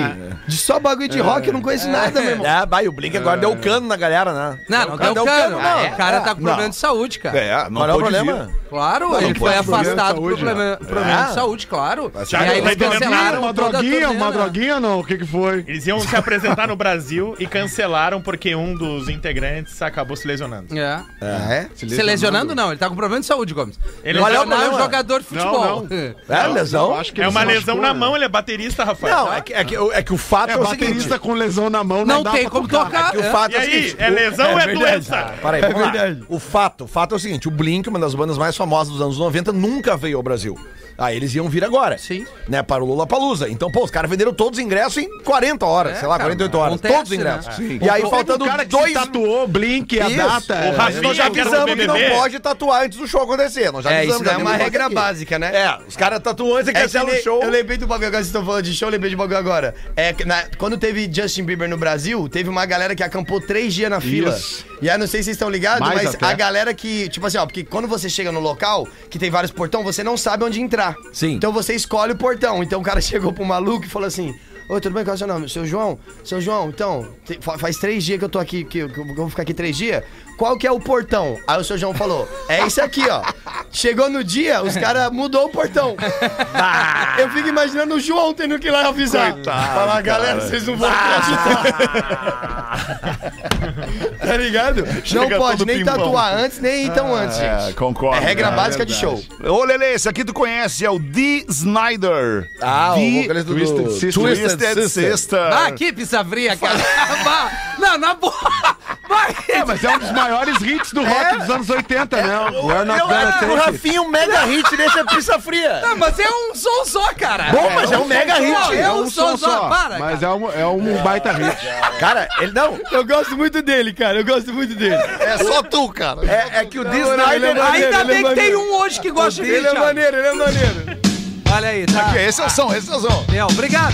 [SPEAKER 5] de só bagulho de rock, eu não conheço nada, meu irmão.
[SPEAKER 7] É, vai, o Blink agora deu cano na galera, né?
[SPEAKER 6] Não, não deu
[SPEAKER 7] Deu
[SPEAKER 6] cano.
[SPEAKER 7] cano, não.
[SPEAKER 6] O cara tá com
[SPEAKER 4] Não.
[SPEAKER 6] problema de saúde, cara.
[SPEAKER 4] É, não
[SPEAKER 7] Qual é o
[SPEAKER 4] pode
[SPEAKER 7] problema?
[SPEAKER 4] vir.
[SPEAKER 6] Claro, ele
[SPEAKER 4] pode
[SPEAKER 6] foi
[SPEAKER 4] ter problema
[SPEAKER 6] afastado
[SPEAKER 9] de
[SPEAKER 6] por
[SPEAKER 9] saúde,
[SPEAKER 7] né?
[SPEAKER 6] problema,
[SPEAKER 7] É.
[SPEAKER 6] problema de saúde, claro.
[SPEAKER 8] Já
[SPEAKER 6] e aí
[SPEAKER 8] não
[SPEAKER 6] eles
[SPEAKER 8] tá entendendo
[SPEAKER 9] Droguinha,
[SPEAKER 6] cancelaram
[SPEAKER 9] uma
[SPEAKER 6] toda a
[SPEAKER 9] droguinha,
[SPEAKER 6] turnê,
[SPEAKER 9] uma
[SPEAKER 6] né?
[SPEAKER 9] droguinha ou não? O que que foi?
[SPEAKER 8] Eles iam se apresentar no Brasil e cancelaram porque um dos integrantes acabou se lesionando.
[SPEAKER 6] É.
[SPEAKER 7] Tá
[SPEAKER 5] Ah, é?
[SPEAKER 6] Se lesionando, não. Ele tá com problema de saúde, Gomes.
[SPEAKER 8] Ele
[SPEAKER 6] Olha,
[SPEAKER 8] não-
[SPEAKER 6] não é um
[SPEAKER 7] não,
[SPEAKER 6] jogador de futebol.
[SPEAKER 9] não.
[SPEAKER 7] É, lesão?
[SPEAKER 8] É uma lesão na mão, ele é baterista, Rafael.
[SPEAKER 7] Não, é que, é que o- é que o fato é,
[SPEAKER 9] É
[SPEAKER 7] o seguinte.
[SPEAKER 9] baterista com lesão na mão, não,
[SPEAKER 6] Não
[SPEAKER 9] dá
[SPEAKER 6] tem
[SPEAKER 9] pra
[SPEAKER 6] como tocar.
[SPEAKER 7] Que o
[SPEAKER 6] É.
[SPEAKER 7] fato
[SPEAKER 8] E
[SPEAKER 7] é o
[SPEAKER 8] aí,
[SPEAKER 5] assim,
[SPEAKER 7] seguinte.
[SPEAKER 5] tipo,
[SPEAKER 8] é lesão ou é, doença?
[SPEAKER 4] Ah,
[SPEAKER 7] Para aí, vamos lá. O fato, o fato é o seguinte, o Blink, uma das bandas mais famosas dos anos 90, nunca veio ao Brasil. Aí eles iam vir agora.
[SPEAKER 6] Sim.
[SPEAKER 7] Né, para o Lollapalooza. Então, pô, os caras venderam todos os ingressos em 40 horas,
[SPEAKER 6] É,
[SPEAKER 7] sei lá,
[SPEAKER 6] cara,
[SPEAKER 7] 48 horas.
[SPEAKER 6] acontece,
[SPEAKER 7] todos os ingressos.
[SPEAKER 6] né?
[SPEAKER 7] E aí,
[SPEAKER 9] Pô,
[SPEAKER 7] faltando
[SPEAKER 9] o cara que se
[SPEAKER 7] dois...
[SPEAKER 9] tatuou, Blink, a
[SPEAKER 7] Isso.
[SPEAKER 9] data.
[SPEAKER 8] O Rafinha,
[SPEAKER 7] Nós já
[SPEAKER 8] que era do
[SPEAKER 7] avisamos que não
[SPEAKER 8] BBB.
[SPEAKER 7] pode tatuar antes do show acontecer. Nós já
[SPEAKER 5] É,
[SPEAKER 7] avisamos,
[SPEAKER 5] isso daí
[SPEAKER 7] já
[SPEAKER 5] é uma
[SPEAKER 7] temos
[SPEAKER 5] regra
[SPEAKER 7] aqui.
[SPEAKER 5] básica, né?
[SPEAKER 7] É, os caras tatuam antes e
[SPEAKER 5] É que
[SPEAKER 7] cancelam
[SPEAKER 5] nem-
[SPEAKER 7] o show.
[SPEAKER 5] Eu lembrei do bagulho agora, vocês estão falando de show, eu lembrei de bagulho agora. É, que na- quando teve Justin Bieber no Brasil, teve uma galera que acampou três dias na fila.
[SPEAKER 9] Isso.
[SPEAKER 5] E aí, não sei se vocês estão ligados,
[SPEAKER 9] Mais
[SPEAKER 5] mas
[SPEAKER 9] até.
[SPEAKER 4] é.
[SPEAKER 5] a galera que, tipo assim, ó, porque quando você chega no local, que tem vários portão, você não sabe onde entrar.
[SPEAKER 7] Sim.
[SPEAKER 5] Então você escolhe o portão. Então o cara chegou pro maluco e falou assim. Oi, tudo bem? Qual é o seu nome? Seu João? Seu João, então, te- fa- faz três dias que eu tô aqui, que eu, que eu vou ficar aqui três dias. Qual que é o portão? Aí o seu João falou, é esse aqui, ó. Chegou no dia, os caras mudou o portão. Eu fico imaginando o João tendo que ir lá avisar.
[SPEAKER 4] tá,
[SPEAKER 5] Falar, Tá, galera, vocês não vão Tá ligado?
[SPEAKER 4] Ah. Chega
[SPEAKER 5] não pode
[SPEAKER 4] todo
[SPEAKER 5] nem
[SPEAKER 4] pimpão.
[SPEAKER 5] tatuar antes, nem então antes,
[SPEAKER 4] É,
[SPEAKER 5] gente.
[SPEAKER 4] concordo.
[SPEAKER 5] É regra
[SPEAKER 4] É
[SPEAKER 5] básica de show.
[SPEAKER 4] Ô, Lele, esse aqui tu conhece, é o Dee Snyder.
[SPEAKER 7] Ah, o
[SPEAKER 4] Dee
[SPEAKER 7] vocalista do
[SPEAKER 9] Twisted Sister.
[SPEAKER 4] Twisted Sister.
[SPEAKER 7] É.
[SPEAKER 6] Ah, que pizza fria, cara. Bah, não, na boa. Vai.
[SPEAKER 9] É, mas é um dos maiores hits do rock dos anos 80, né? We're not
[SPEAKER 7] Eu
[SPEAKER 9] gonna
[SPEAKER 7] acho que o
[SPEAKER 9] take it.
[SPEAKER 7] Rafinha é um mega hit nesse pizza fria.
[SPEAKER 6] Não, mas é um som só, cara.
[SPEAKER 7] Bom, mas é um mega
[SPEAKER 6] Não,
[SPEAKER 7] hit.
[SPEAKER 6] é um som só. Para,
[SPEAKER 9] mas
[SPEAKER 6] cara.
[SPEAKER 9] é um, é um baita hit.
[SPEAKER 7] Cara, ele não.
[SPEAKER 5] Eu gosto muito dele, cara. Eu gosto muito dele.
[SPEAKER 7] É só tu, cara. É, é que o Dee
[SPEAKER 5] ele
[SPEAKER 7] Snyder.
[SPEAKER 5] é maneiro, ele
[SPEAKER 6] Ainda
[SPEAKER 5] é
[SPEAKER 6] bem que tem
[SPEAKER 5] maneiro.
[SPEAKER 6] um hoje que gosta de mim,
[SPEAKER 5] Ele é
[SPEAKER 6] Thiago.
[SPEAKER 5] maneiro, ele é maneiro.
[SPEAKER 6] Olha aí, tá.
[SPEAKER 4] Que Esse é o som, esse é o som.
[SPEAKER 6] Meu, obrigado.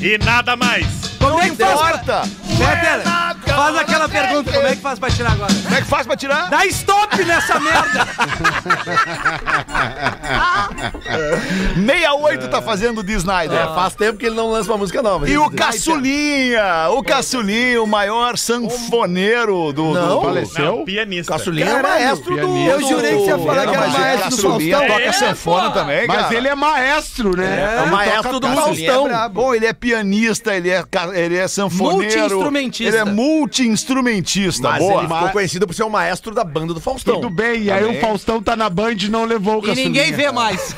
[SPEAKER 8] E nada mais.
[SPEAKER 6] Como é que faz? pra- Peter, faz aquela pergunta. Como é que faz pra tirar agora?
[SPEAKER 4] Como é que faz pra tirar?
[SPEAKER 6] Dá stop nessa merda.
[SPEAKER 4] 68 tá fazendo o Dee Snyder.
[SPEAKER 5] Ah.
[SPEAKER 7] Faz tempo que ele não lança uma música nova.
[SPEAKER 4] E o Caçulinha, o Caçulinha, o maior sanfoneiro do...
[SPEAKER 7] Não,
[SPEAKER 4] do...
[SPEAKER 9] Faleceu?
[SPEAKER 8] Não, pianista.
[SPEAKER 7] Caçulinha é maestro do.
[SPEAKER 9] pianista.
[SPEAKER 5] Eu jurei que você ia falar que era
[SPEAKER 7] Não, mas
[SPEAKER 5] maestro do
[SPEAKER 4] Caçulinha
[SPEAKER 5] Faustão.
[SPEAKER 4] toca sanfona também, cara.
[SPEAKER 9] Mas ele é maestro, né?
[SPEAKER 7] É o maestro do
[SPEAKER 5] Faustão.
[SPEAKER 7] Faustão.
[SPEAKER 4] Bom, ele é pianista, ele é, ca- ele é sanfoneiro.
[SPEAKER 6] Multi-instrumentista.
[SPEAKER 4] Ele é multi-instrumentista.
[SPEAKER 7] Mas
[SPEAKER 4] Boa.
[SPEAKER 7] ele ficou conhecido por ser o maestro da banda do Faustão.
[SPEAKER 4] Então,
[SPEAKER 9] Tudo bem, e aí o Faustão tá na Band e não levou o
[SPEAKER 6] E
[SPEAKER 9] Caçulinha.
[SPEAKER 6] ninguém vê mais.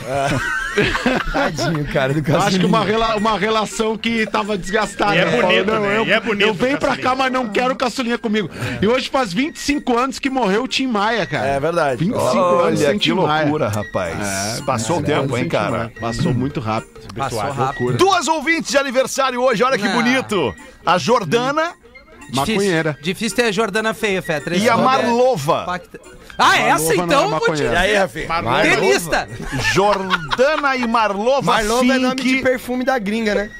[SPEAKER 5] Tadinho, cara, do
[SPEAKER 9] Eu acho que
[SPEAKER 5] Casimiro.
[SPEAKER 9] uma, rela- uma relação que tava desgastada.
[SPEAKER 8] E é
[SPEAKER 9] Ele
[SPEAKER 8] bonito,
[SPEAKER 9] falou, não,
[SPEAKER 8] né?
[SPEAKER 9] Eu,
[SPEAKER 8] E é bonito
[SPEAKER 9] Eu venho
[SPEAKER 8] o
[SPEAKER 9] pra cá,
[SPEAKER 8] Caçulinha.
[SPEAKER 9] mas não quero o Caçulinha comigo. E hoje faz 25 anos que morreu o Tim Maia, cara.
[SPEAKER 7] É verdade.
[SPEAKER 9] 25 anos
[SPEAKER 4] Olha,
[SPEAKER 9] sem
[SPEAKER 4] que
[SPEAKER 9] Tim Maia.
[SPEAKER 4] loucura, rapaz.
[SPEAKER 7] É,
[SPEAKER 4] Passou o tempo, hein, cara?
[SPEAKER 9] Passou muito rápido.
[SPEAKER 6] Passou rápido.
[SPEAKER 4] Duas ouvintes de aniversário hoje, olha que
[SPEAKER 6] Ah.
[SPEAKER 4] bonito. A Jordana
[SPEAKER 9] Maconheira.
[SPEAKER 6] Difícil, difícil ter a Jordana feia, Fetra.
[SPEAKER 4] e a Marlova.
[SPEAKER 6] Pacta- é Ah, essa
[SPEAKER 9] Marlova não
[SPEAKER 6] então
[SPEAKER 9] era
[SPEAKER 6] eu vou
[SPEAKER 7] E
[SPEAKER 9] maconheira. É
[SPEAKER 6] tirar.
[SPEAKER 7] aí, Rafinha?
[SPEAKER 6] Tenista.
[SPEAKER 4] Jordana e Marlova
[SPEAKER 5] Marlova é nome de
[SPEAKER 4] Fink.
[SPEAKER 5] perfume da gringa, né?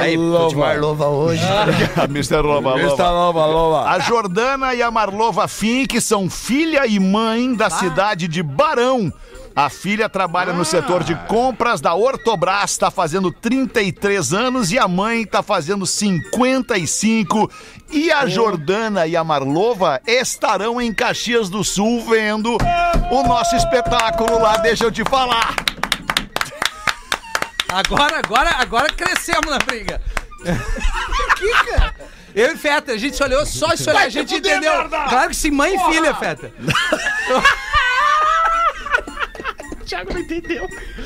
[SPEAKER 5] Aí, tô de
[SPEAKER 7] Marlova.
[SPEAKER 5] Marlova hoje.
[SPEAKER 4] Mr. Lova, Lova.
[SPEAKER 7] Nova, Lova.
[SPEAKER 4] A Jordana e a Marlova Fink são filha e mãe
[SPEAKER 6] Ah.
[SPEAKER 4] da cidade de Barão. A filha trabalha no setor de compras da Ortobras, está fazendo 33 anos e a mãe está fazendo 55. E a Jordana e a Marlova estarão em Caxias do Sul vendo o nosso espetáculo lá, deixa eu te falar.
[SPEAKER 6] Agora, agora, agora crescemos na briga. que, cara? Eu e Feta, a gente se olhou só isso olhar, a gente entendeu. Claro que sim, mãe e filha, Feta.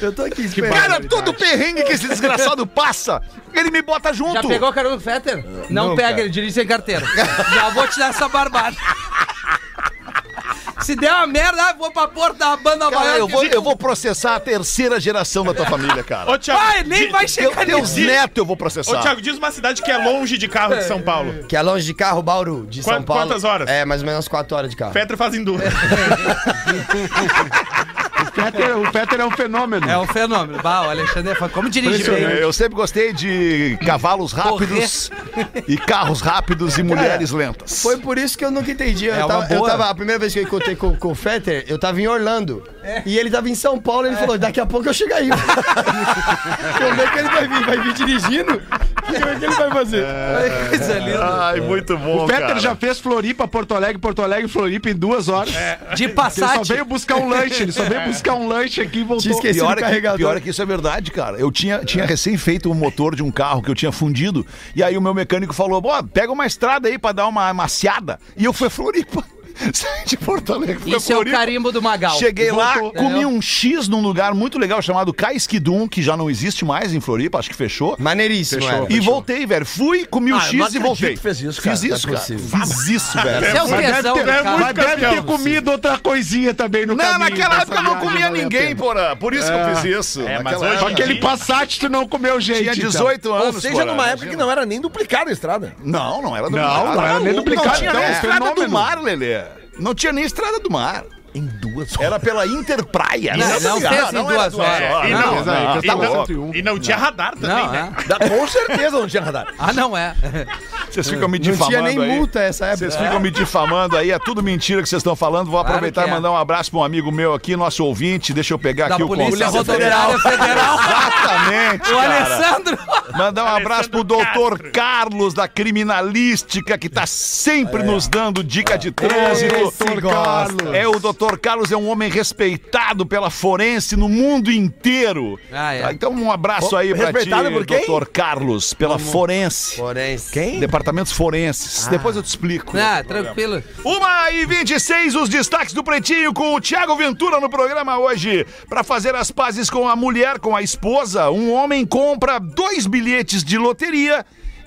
[SPEAKER 5] Eu tô aqui esperando.
[SPEAKER 4] Cara, todo perrengue que esse desgraçado passa, ele me bota junto.
[SPEAKER 6] Já pegou a carona do Feta? Não, pega, ele dirige sem carteira. Já vou te dar essa barbada. Se der uma merda, ah, vou pra porta da banda
[SPEAKER 4] Cara,
[SPEAKER 6] maior.
[SPEAKER 4] eu,
[SPEAKER 6] que
[SPEAKER 4] vou,
[SPEAKER 6] gente-
[SPEAKER 4] eu vou processar a terceira geração da tua família, cara.
[SPEAKER 8] Ô, Thiago,
[SPEAKER 6] Vai, nem
[SPEAKER 8] di-
[SPEAKER 6] vai
[SPEAKER 4] Teu,
[SPEAKER 6] chegar
[SPEAKER 4] teus
[SPEAKER 6] nisso.
[SPEAKER 4] netos eu vou
[SPEAKER 8] Ô,
[SPEAKER 4] processar.
[SPEAKER 8] Thiago, diz uma cidade que é longe de carro de São Paulo.
[SPEAKER 5] Que é longe de carro, Bauru, de
[SPEAKER 8] Quan-
[SPEAKER 5] São Paulo.
[SPEAKER 8] quantas horas?
[SPEAKER 5] É, mais ou menos 4 horas de carro.
[SPEAKER 8] Petra fazem duas.
[SPEAKER 9] Peter- o Peter é um fenômeno.
[SPEAKER 6] É um fenômeno. Bah, o Alexandre é fã. Como dirigir bem.
[SPEAKER 4] Eu sempre gostei de cavalos rápidos, E carros rápidos e mulheres lentas.
[SPEAKER 5] Foi por isso que eu nunca entendi. Eu,
[SPEAKER 6] É uma
[SPEAKER 5] tava, eu
[SPEAKER 6] boa.
[SPEAKER 5] tava- a primeira vez que eu encontrei com, com o Fetter, eu tava em Orlando. E ele tava em São Paulo, ele falou: daqui a pouco eu chego aí. Como é que ele vai vir? Vai vir dirigindo? Como é que ele vai fazer?
[SPEAKER 4] É.
[SPEAKER 6] Olha que coisa linda.
[SPEAKER 4] Ai, muito bom,
[SPEAKER 9] O Peter
[SPEAKER 4] cara.
[SPEAKER 9] já fez Floripa, Porto Alegre, Porto Alegre, Floripa em duas horas.
[SPEAKER 6] De
[SPEAKER 9] Ele só
[SPEAKER 6] Passat.
[SPEAKER 9] veio buscar um lanche, ele só veio buscar um lanche aqui e voltou.
[SPEAKER 5] Tinha esquecido
[SPEAKER 4] Pior
[SPEAKER 5] o
[SPEAKER 4] é, que,
[SPEAKER 5] carregador.
[SPEAKER 4] pior é que isso é verdade, cara. Eu tinha, tinha recém feito um motor de um carro que eu tinha fundido. E aí o meu mecânico falou: Bom, pega uma estrada aí pra dar uma amaciada. E eu fui a Floripa. Saí de Porto Alegre. fui a
[SPEAKER 6] Isso é o
[SPEAKER 4] Floripa.
[SPEAKER 6] carimbo do Magal.
[SPEAKER 4] Cheguei lá,
[SPEAKER 6] Voltou. É.
[SPEAKER 4] comi
[SPEAKER 6] Entendeu?
[SPEAKER 4] um X num lugar muito legal chamado Caesquidum, que já não existe mais em Floripa, acho que fechou.
[SPEAKER 5] Maneiríssimo, é. era.
[SPEAKER 4] E voltei, velho. Fui, comi o
[SPEAKER 7] Ah, eu não
[SPEAKER 4] X e
[SPEAKER 7] acredito
[SPEAKER 4] voltei.
[SPEAKER 7] que fez isso, cara.
[SPEAKER 4] Fiz isso,
[SPEAKER 7] Não é
[SPEAKER 4] cara.
[SPEAKER 7] possível.
[SPEAKER 4] Fiz isso, velho.
[SPEAKER 6] Isso é o tesão,
[SPEAKER 9] ter,
[SPEAKER 6] cara.
[SPEAKER 9] mas deve ter comido outra coisinha também no
[SPEAKER 4] Não,
[SPEAKER 9] caminho. né?
[SPEAKER 4] naquela
[SPEAKER 9] dessa
[SPEAKER 4] época eu não
[SPEAKER 9] viagem,
[SPEAKER 4] comia
[SPEAKER 9] valeu a
[SPEAKER 4] ninguém,
[SPEAKER 9] pena.
[SPEAKER 4] porra. Por isso que eu fiz isso.
[SPEAKER 8] É, mas
[SPEAKER 4] Naquela
[SPEAKER 8] hoje-
[SPEAKER 4] época.
[SPEAKER 9] Aquele Passat tu não comeu, gente.
[SPEAKER 4] Tinha
[SPEAKER 9] então.
[SPEAKER 4] 18 anos.
[SPEAKER 7] Ou seja,
[SPEAKER 4] porra,
[SPEAKER 7] numa época
[SPEAKER 4] imagina.
[SPEAKER 7] que não era nem duplicada a estrada.
[SPEAKER 4] Não, não era
[SPEAKER 9] Não,
[SPEAKER 4] duplicada.
[SPEAKER 9] não era nem duplicada,
[SPEAKER 4] Não tinha
[SPEAKER 9] então,
[SPEAKER 4] nem
[SPEAKER 9] é um
[SPEAKER 4] estrada do
[SPEAKER 9] fenômeno.
[SPEAKER 4] mar, Lelê. Não tinha nem estrada do mar.
[SPEAKER 7] Em duas
[SPEAKER 4] Era pela Interpraia. né?
[SPEAKER 6] Não, não fez em duas
[SPEAKER 4] era
[SPEAKER 6] horas.
[SPEAKER 4] duas horas.
[SPEAKER 8] É, e
[SPEAKER 6] Não,
[SPEAKER 8] não,
[SPEAKER 4] não,
[SPEAKER 8] e
[SPEAKER 4] tá
[SPEAKER 8] não-
[SPEAKER 4] louco.
[SPEAKER 8] e não tinha radar também,
[SPEAKER 6] Não,
[SPEAKER 8] né?
[SPEAKER 6] é.
[SPEAKER 7] Da- com certeza não tinha radar.
[SPEAKER 6] Ah, não é.
[SPEAKER 4] Vocês ficam me
[SPEAKER 5] Não
[SPEAKER 4] difamando
[SPEAKER 5] tinha nem
[SPEAKER 4] aí.
[SPEAKER 5] multa essa época.
[SPEAKER 4] Vocês ficam me difamando aí, é tudo mentira que vocês estão falando. Vou aproveitar
[SPEAKER 6] que
[SPEAKER 4] e
[SPEAKER 6] é.
[SPEAKER 4] mandar um abraço para um amigo meu aqui, nosso ouvinte. Deixa eu pegar
[SPEAKER 6] Da
[SPEAKER 4] aqui o
[SPEAKER 6] Polícia
[SPEAKER 4] contato.
[SPEAKER 6] Rodoviária Federal.
[SPEAKER 4] Exatamente.
[SPEAKER 6] O
[SPEAKER 4] cara.
[SPEAKER 6] Alessandro.
[SPEAKER 4] Mandar um abraço pro
[SPEAKER 8] Alessandro
[SPEAKER 4] doutor Carlos da Criminalística, que tá
[SPEAKER 6] É.
[SPEAKER 4] sempre nos dando dica de trânsito.
[SPEAKER 5] Carlos.
[SPEAKER 4] É, o doutor Carlos é um homem respeitado pela forense no mundo inteiro.
[SPEAKER 6] Ah, é.
[SPEAKER 4] Tá, Então, um abraço aí pra ti,
[SPEAKER 7] Respeitado por quem?
[SPEAKER 4] doutor Carlos, pela forense.
[SPEAKER 5] Porém,
[SPEAKER 4] Departamentos forenses. Depois eu te explico.
[SPEAKER 6] Ah, tranquilo.
[SPEAKER 4] Uma e 26, os destaques do Pretinho com o Thiago Ventura no programa hoje. Para fazer as pazes com a mulher, com a esposa, um homem compra dois bilhetes de loteria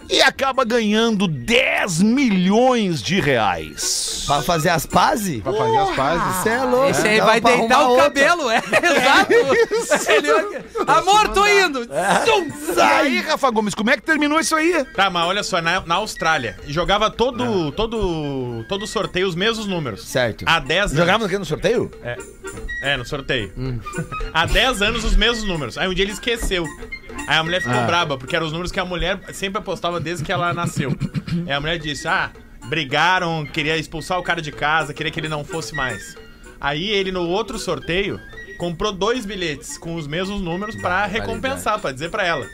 [SPEAKER 4] e acaba ganhando 10 milhões de reais.
[SPEAKER 5] pra fazer as pazes? Pra fazer as pazes. Você é louco.
[SPEAKER 6] Esse aí
[SPEAKER 5] Dava
[SPEAKER 6] vai
[SPEAKER 5] pra
[SPEAKER 6] deitar
[SPEAKER 5] arrumar
[SPEAKER 6] o
[SPEAKER 5] outra.
[SPEAKER 6] cabelo, é. Exato. Ele olha- Amor, tô indo.
[SPEAKER 4] E aí, Rafa Gomes, como é que terminou isso aí?
[SPEAKER 8] Tá, mas olha só, na, na Austrália, jogava todo, todo, todo sorteio os mesmos números.
[SPEAKER 5] Certo.
[SPEAKER 8] Há 10 anos.
[SPEAKER 7] Jogava no que no sorteio? Hum.
[SPEAKER 8] É, no sorteio. Há 10 anos os mesmos números. Aí um dia ele esqueceu. Aí a mulher ficou
[SPEAKER 7] Ah.
[SPEAKER 8] braba, porque eram os números que a mulher sempre apostava desde que ela nasceu. Aí a mulher disse: Ah, brigaram, queria expulsar o cara de casa, queria que ele não fosse mais. Aí ele, no outro sorteio, comprou dois bilhetes com os mesmos números pra recompensar, pra dizer pra ela.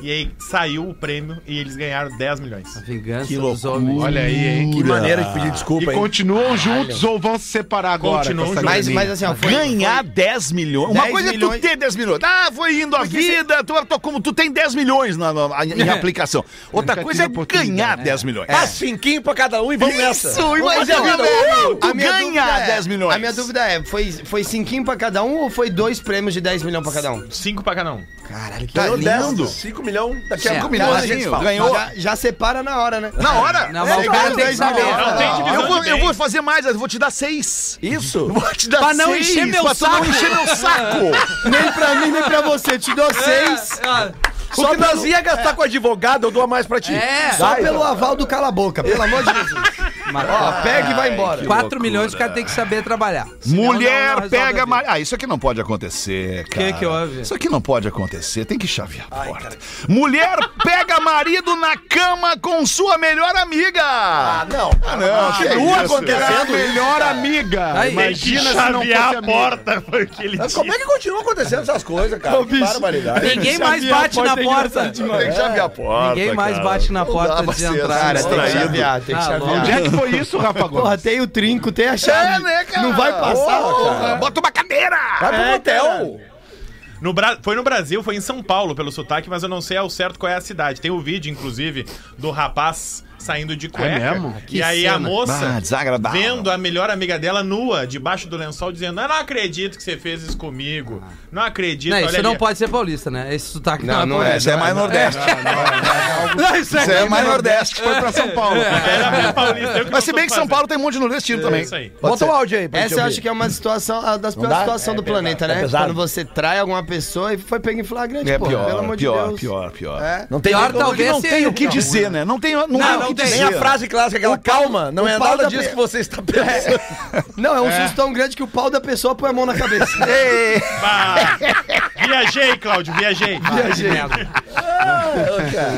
[SPEAKER 8] E aí saiu o prêmio e eles ganharam 10 milhões.
[SPEAKER 6] Vingança dos homens.
[SPEAKER 9] Olha aí, hein?
[SPEAKER 7] Que maneira de pedir
[SPEAKER 9] E
[SPEAKER 7] desculpa, hein?
[SPEAKER 9] continuam juntos ou vão se separar agora?
[SPEAKER 8] Continuam
[SPEAKER 9] com essa
[SPEAKER 8] juntos.
[SPEAKER 5] Mas,
[SPEAKER 9] graninha?
[SPEAKER 5] mas assim, ó, foi,
[SPEAKER 4] Ganhar 10 milhões. Uma
[SPEAKER 5] 10
[SPEAKER 4] coisa é
[SPEAKER 5] milhões.
[SPEAKER 4] tu ter 10 milhões. Ah, foi indo a vida, tu, tu- como, tu tem 10 milhões na, na- em aplicação. Outra
[SPEAKER 9] Nunca
[SPEAKER 4] coisa é
[SPEAKER 9] tive oportunidade,
[SPEAKER 4] ganhar 10 milhões.
[SPEAKER 6] É.
[SPEAKER 7] Ah, cinquinho pra cada um e vamos nessa.
[SPEAKER 4] Isso,
[SPEAKER 5] Mas
[SPEAKER 4] imagina.
[SPEAKER 5] a minha
[SPEAKER 4] Uh,
[SPEAKER 5] dúvida-
[SPEAKER 4] tu
[SPEAKER 5] a minha
[SPEAKER 4] ganha
[SPEAKER 5] dúvida é-
[SPEAKER 4] 10 milhões.
[SPEAKER 5] A minha dúvida é, foi, foi cinquinho pra cada um ou foi dois prêmios de 10 milhões pra cada um?
[SPEAKER 8] 5 pra cada um.
[SPEAKER 5] Caralho, que
[SPEAKER 7] Tá
[SPEAKER 5] lindo.
[SPEAKER 7] lindo. 5 milhões, daqui a
[SPEAKER 6] Certo.
[SPEAKER 7] 5 milhões a gente
[SPEAKER 4] Cara,
[SPEAKER 7] fala.
[SPEAKER 4] ganhou.
[SPEAKER 5] Já, já separa na hora, né?
[SPEAKER 4] Na hora?
[SPEAKER 6] Não,
[SPEAKER 5] É,
[SPEAKER 6] mas o cara
[SPEAKER 5] ganhou
[SPEAKER 6] tem que
[SPEAKER 5] dois milhões.
[SPEAKER 6] saber.
[SPEAKER 8] Não tem divisão
[SPEAKER 4] Ah, eu, vou,
[SPEAKER 8] de
[SPEAKER 4] eu
[SPEAKER 8] bens.
[SPEAKER 4] vou fazer mais, eu vou te dar seis.
[SPEAKER 7] Isso.
[SPEAKER 4] Eu Vou te dar
[SPEAKER 6] Pra não
[SPEAKER 4] seis,
[SPEAKER 6] encher meu
[SPEAKER 4] pra
[SPEAKER 6] saco.
[SPEAKER 4] tu não encher meu saco.
[SPEAKER 5] Nem pra mim, nem pra você. Te
[SPEAKER 9] É,
[SPEAKER 5] dou seis.
[SPEAKER 7] Só que nós ia gastar com advogado, eu dou a mais pra ti.
[SPEAKER 6] É.
[SPEAKER 5] Só pelo aval do cala a boca, pelo amor de Jesus. Ó, pega e vai embora.
[SPEAKER 6] 4 milhões o cara tem que saber trabalhar. Senão não-
[SPEAKER 4] Mulher
[SPEAKER 6] não resolve
[SPEAKER 4] pega...
[SPEAKER 6] a vida.
[SPEAKER 4] ma- Ah, isso aqui não pode acontecer, cara.
[SPEAKER 6] que houve?
[SPEAKER 4] Isso aqui não pode acontecer, tem que chavear a porta. Mulher pega marido na cama com sua melhor amiga.
[SPEAKER 7] Ah, não.
[SPEAKER 4] não,
[SPEAKER 9] é
[SPEAKER 4] que é
[SPEAKER 7] Continua
[SPEAKER 4] isso?
[SPEAKER 7] acontecendo.
[SPEAKER 9] Melhor amiga.
[SPEAKER 6] Aí,
[SPEAKER 9] Imagina se não fosse
[SPEAKER 8] Chavear a
[SPEAKER 9] amiga.
[SPEAKER 8] porta foi o que ele
[SPEAKER 7] Mas
[SPEAKER 8] disse.
[SPEAKER 7] como é que continua acontecendo essas coisas, cara? Que barbaridade.
[SPEAKER 6] Ninguém mais bate na porta.
[SPEAKER 4] Tem que chavear a porta,
[SPEAKER 6] Ninguém mais
[SPEAKER 4] cara.
[SPEAKER 6] bate na
[SPEAKER 4] Não
[SPEAKER 6] porta
[SPEAKER 4] dá pra
[SPEAKER 6] de
[SPEAKER 4] ser
[SPEAKER 6] entrar.
[SPEAKER 4] assim,
[SPEAKER 5] Cara, tem que
[SPEAKER 4] distraído.
[SPEAKER 5] chavear, tem que
[SPEAKER 6] Ah,
[SPEAKER 5] chavear.
[SPEAKER 9] Onde é que foi isso, Rafa Gomes?
[SPEAKER 5] Porra, tem o trinco, tem a chave.
[SPEAKER 4] É, né, cara?
[SPEAKER 5] Não vai passar,
[SPEAKER 4] Ô,
[SPEAKER 5] cara.
[SPEAKER 4] Bota uma cadeira.
[SPEAKER 7] Vai pro motel.
[SPEAKER 8] No Bra- Foi no Brasil, foi em São Paulo pelo sotaque, mas eu não sei ao certo qual é a cidade. Tem o vídeo, inclusive, do rapaz saindo de cueca.
[SPEAKER 9] É mesmo?
[SPEAKER 8] E aí a moça
[SPEAKER 4] Ah, desagradável.
[SPEAKER 8] vendo a melhor amiga dela nua debaixo do lençol, dizendo: Eu não acredito que você fez isso comigo. Não acredito.
[SPEAKER 6] Não,
[SPEAKER 8] olha
[SPEAKER 6] isso não
[SPEAKER 8] ali."
[SPEAKER 6] pode ser paulista, né? Esse sotaque
[SPEAKER 5] Não, não é.
[SPEAKER 4] Essa é É. mais nordeste.
[SPEAKER 6] Não, isso
[SPEAKER 4] Essa é mais nordeste. Foi pra São Paulo.
[SPEAKER 8] Era pra paulista, eu
[SPEAKER 4] Mas se
[SPEAKER 8] não
[SPEAKER 4] bem
[SPEAKER 8] tô
[SPEAKER 4] que São
[SPEAKER 8] fazendo.
[SPEAKER 4] Paulo tem um monte de nordestino
[SPEAKER 8] É
[SPEAKER 4] também.
[SPEAKER 8] isso aí.
[SPEAKER 7] Bota o áudio aí pra
[SPEAKER 5] Essa
[SPEAKER 7] gente
[SPEAKER 5] eu
[SPEAKER 7] ouvir.
[SPEAKER 5] acho que é uma situação, a das
[SPEAKER 7] dá?
[SPEAKER 5] piores situações
[SPEAKER 7] É
[SPEAKER 5] do
[SPEAKER 7] pesado,
[SPEAKER 5] planeta,
[SPEAKER 7] é
[SPEAKER 5] né?
[SPEAKER 7] pesado.
[SPEAKER 5] Quando você trai alguma pessoa e foi pego em flagrante,
[SPEAKER 4] É
[SPEAKER 5] pô.
[SPEAKER 4] pior,
[SPEAKER 5] pelo amor
[SPEAKER 4] pior,
[SPEAKER 5] de Deus.
[SPEAKER 4] pior, pior.
[SPEAKER 5] É.
[SPEAKER 7] Não tem
[SPEAKER 6] Pior
[SPEAKER 7] nem como-
[SPEAKER 6] talvez
[SPEAKER 4] não tem
[SPEAKER 6] seja.
[SPEAKER 4] o que dizer, né? Não tem, não, tem o
[SPEAKER 6] não
[SPEAKER 4] que
[SPEAKER 6] tem.
[SPEAKER 4] dizer.
[SPEAKER 7] Nem a frase clássica, aquela calma, não
[SPEAKER 5] o
[SPEAKER 7] é
[SPEAKER 5] pau
[SPEAKER 7] nada
[SPEAKER 5] da
[SPEAKER 7] disso
[SPEAKER 5] pe-
[SPEAKER 7] que você está pensando.
[SPEAKER 5] Não, é um susto tão grande que o pau da pessoa põe a mão na cabeça.
[SPEAKER 8] Bah. Viajei, Cláudio, viajei.
[SPEAKER 6] Viajei.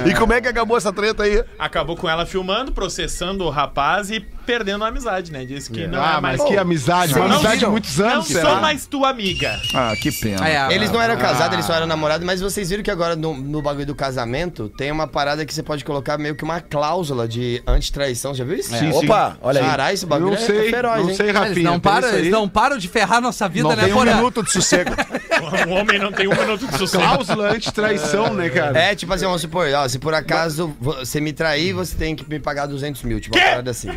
[SPEAKER 4] E como é que acabou essa treta aí?
[SPEAKER 8] Acabou com ela filmando, processando o rapaz e perdendo a amizade, né? Disse que não
[SPEAKER 9] Ah,
[SPEAKER 8] é mais.
[SPEAKER 9] mas que amizade, uma
[SPEAKER 8] Não
[SPEAKER 9] amizade de
[SPEAKER 8] sou-
[SPEAKER 9] muitos
[SPEAKER 8] Não
[SPEAKER 9] anos,
[SPEAKER 8] sou
[SPEAKER 9] será?
[SPEAKER 8] mais tua amiga.
[SPEAKER 4] Ah, que pena.
[SPEAKER 6] É,
[SPEAKER 5] Eles não eram casados, eles só eram namorados, mas vocês viram que agora no, no bagulho do casamento tem uma parada que você pode colocar meio que uma cláusula de antitraição, já viu isso?
[SPEAKER 9] Sim, sim.
[SPEAKER 7] Opa, olha aí.
[SPEAKER 5] É. Caralho, esse bagulho
[SPEAKER 9] Não
[SPEAKER 5] é-
[SPEAKER 9] sei,
[SPEAKER 5] é feroz,
[SPEAKER 9] não
[SPEAKER 5] hein?
[SPEAKER 9] sei, Rafinha.
[SPEAKER 6] eles não
[SPEAKER 9] tem
[SPEAKER 6] param,
[SPEAKER 9] isso aí?
[SPEAKER 6] eles não param de ferrar nossa vida,
[SPEAKER 4] Não
[SPEAKER 6] né,
[SPEAKER 4] tem um
[SPEAKER 6] Porã?
[SPEAKER 4] minuto de sossego.
[SPEAKER 8] Um homem não tem um minuto de sucesso.
[SPEAKER 9] Cláusula anti-traição, né, cara?
[SPEAKER 5] É, tipo assim, vamos supor, ó, se por acaso você me trair, você tem que me pagar 200 mil, tipo, uma parada assim.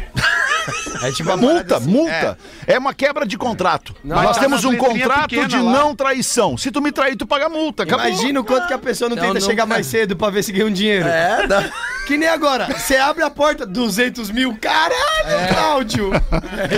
[SPEAKER 5] É tipo uma parada
[SPEAKER 4] Multa,
[SPEAKER 5] assim.
[SPEAKER 4] multa. É. uma quebra de contrato.
[SPEAKER 9] mas
[SPEAKER 4] Nós
[SPEAKER 9] tá
[SPEAKER 4] temos
[SPEAKER 9] nas
[SPEAKER 4] um
[SPEAKER 9] letrinhas
[SPEAKER 4] contrato
[SPEAKER 9] pequenas
[SPEAKER 4] de
[SPEAKER 9] lá.
[SPEAKER 4] não traição. Se tu me trair, tu paga multa.
[SPEAKER 5] É.
[SPEAKER 4] Acabou.
[SPEAKER 5] Imagina o quanto que a pessoa não
[SPEAKER 6] Então,
[SPEAKER 5] tenta
[SPEAKER 6] nunca-
[SPEAKER 5] chegar mais cedo pra ver se ganha um dinheiro.
[SPEAKER 7] É, dá.
[SPEAKER 5] Que nem agora, você abre a porta, 200 mil, caralho, Cláudio!
[SPEAKER 7] É.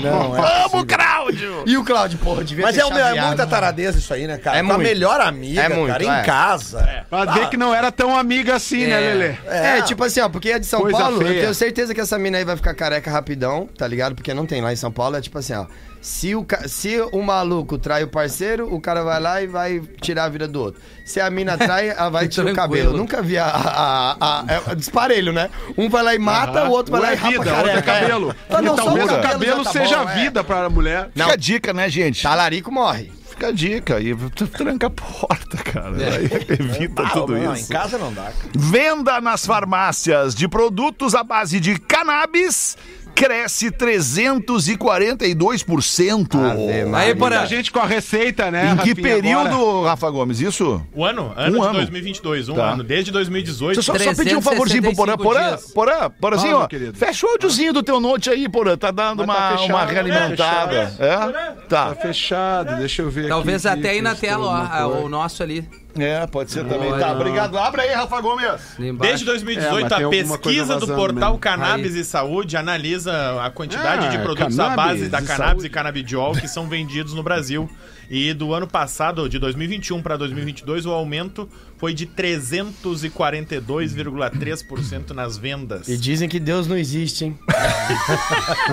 [SPEAKER 7] Não, é.
[SPEAKER 4] Vamos, Cláudio!
[SPEAKER 5] E o Cláudio, porra, devia
[SPEAKER 7] Mas
[SPEAKER 5] ter
[SPEAKER 7] é, uma, é
[SPEAKER 5] chaveado.
[SPEAKER 7] muita taradeza isso aí, né, cara?
[SPEAKER 5] É
[SPEAKER 7] Com a
[SPEAKER 5] muito.
[SPEAKER 7] melhor amiga,
[SPEAKER 5] É muito,
[SPEAKER 7] cara,
[SPEAKER 5] é.
[SPEAKER 7] em casa.
[SPEAKER 9] Pra ver que não era tão amiga assim, né,
[SPEAKER 6] É.
[SPEAKER 9] Lelê?
[SPEAKER 5] É, tipo assim, ó, porque é de São
[SPEAKER 9] Coisa
[SPEAKER 5] Paulo,
[SPEAKER 9] feia.
[SPEAKER 5] eu tenho certeza que essa mina aí vai ficar careca rapidão, tá ligado? Porque não tem lá em São Paulo, é tipo assim, ó. Se o, ca- se o maluco trai o parceiro, o cara vai lá e vai tirar a vida do outro. Se a mina trai, ela vai
[SPEAKER 6] Que
[SPEAKER 5] tirar o
[SPEAKER 6] tranquilo.
[SPEAKER 5] cabelo. Nunca vi a. a, a- a- é desparelho, né? Um vai lá e mata, o outro vai
[SPEAKER 9] Um
[SPEAKER 5] lá
[SPEAKER 9] é
[SPEAKER 5] e rapa
[SPEAKER 9] vida,
[SPEAKER 5] a
[SPEAKER 9] outro é
[SPEAKER 5] careca.
[SPEAKER 9] cabelo.
[SPEAKER 5] Ah, não,
[SPEAKER 9] E
[SPEAKER 5] só
[SPEAKER 9] talvez
[SPEAKER 5] o
[SPEAKER 9] o
[SPEAKER 5] cabelo
[SPEAKER 9] cabelo
[SPEAKER 5] já tá
[SPEAKER 9] seja
[SPEAKER 5] bom, é.
[SPEAKER 9] vida pra mulher.
[SPEAKER 4] Fica a dica, né, gente?
[SPEAKER 5] Talarico morre.
[SPEAKER 4] Fica a dica. E tu tranca a porta, cara. Aí evita
[SPEAKER 7] Ah,
[SPEAKER 4] tudo
[SPEAKER 7] não,
[SPEAKER 4] isso.
[SPEAKER 7] em casa não dá. cara.
[SPEAKER 4] Venda nas farmácias de produtos à base de cannabis cresce 342%.
[SPEAKER 6] Aí, Porã,
[SPEAKER 9] A gente com a receita, né,
[SPEAKER 4] Em que
[SPEAKER 9] Rafinha,
[SPEAKER 4] período,
[SPEAKER 9] agora?
[SPEAKER 4] Rafa Gomes? Isso?
[SPEAKER 8] O ano? Ano
[SPEAKER 4] Um
[SPEAKER 8] de
[SPEAKER 4] ano.
[SPEAKER 8] 2022. Um
[SPEAKER 4] Tá.
[SPEAKER 8] ano. Desde 2018.
[SPEAKER 4] Deixa eu só, só pedir um favorzinho pro Porã.
[SPEAKER 6] 365
[SPEAKER 4] Porã,
[SPEAKER 6] dias.
[SPEAKER 4] Porã, Porãzinho,
[SPEAKER 9] Fala,
[SPEAKER 4] ó,
[SPEAKER 9] querido.
[SPEAKER 4] fecha o áudiozinho do teu note aí, Porã. Tá dando
[SPEAKER 9] Mas tá
[SPEAKER 4] uma,
[SPEAKER 9] fechado,
[SPEAKER 4] uma
[SPEAKER 9] né?
[SPEAKER 4] realimentada.
[SPEAKER 9] Fechado.
[SPEAKER 4] É?
[SPEAKER 9] Tá
[SPEAKER 4] Tá.
[SPEAKER 9] fechado, deixa eu ver
[SPEAKER 6] talvez
[SPEAKER 9] aqui,
[SPEAKER 6] até aí na
[SPEAKER 9] testou
[SPEAKER 6] tela, ó,
[SPEAKER 9] alguma
[SPEAKER 6] a-
[SPEAKER 9] coisa.
[SPEAKER 6] o nosso ali.
[SPEAKER 4] É, pode ser também.
[SPEAKER 6] Boa,
[SPEAKER 4] Tá,
[SPEAKER 6] não.
[SPEAKER 4] obrigado. Abre aí, Rafa Gomes.
[SPEAKER 6] ali embaixo.
[SPEAKER 8] Desde 2018,
[SPEAKER 9] É, mas tem
[SPEAKER 8] a
[SPEAKER 9] alguma coisa
[SPEAKER 8] pesquisa do
[SPEAKER 9] vazando
[SPEAKER 8] portal
[SPEAKER 9] mesmo.
[SPEAKER 8] Cannabis
[SPEAKER 6] Aí.
[SPEAKER 8] e Saúde analisa a quantidade
[SPEAKER 9] Ah,
[SPEAKER 8] de produtos à
[SPEAKER 9] cannabis
[SPEAKER 8] base da
[SPEAKER 9] e
[SPEAKER 8] cannabis
[SPEAKER 9] saúde.
[SPEAKER 8] e canabidiol que são vendidos no Brasil. E do ano passado, de 2021 para 2022, o aumento foi de 342,3% nas vendas.
[SPEAKER 5] E dizem que Deus não existe, hein?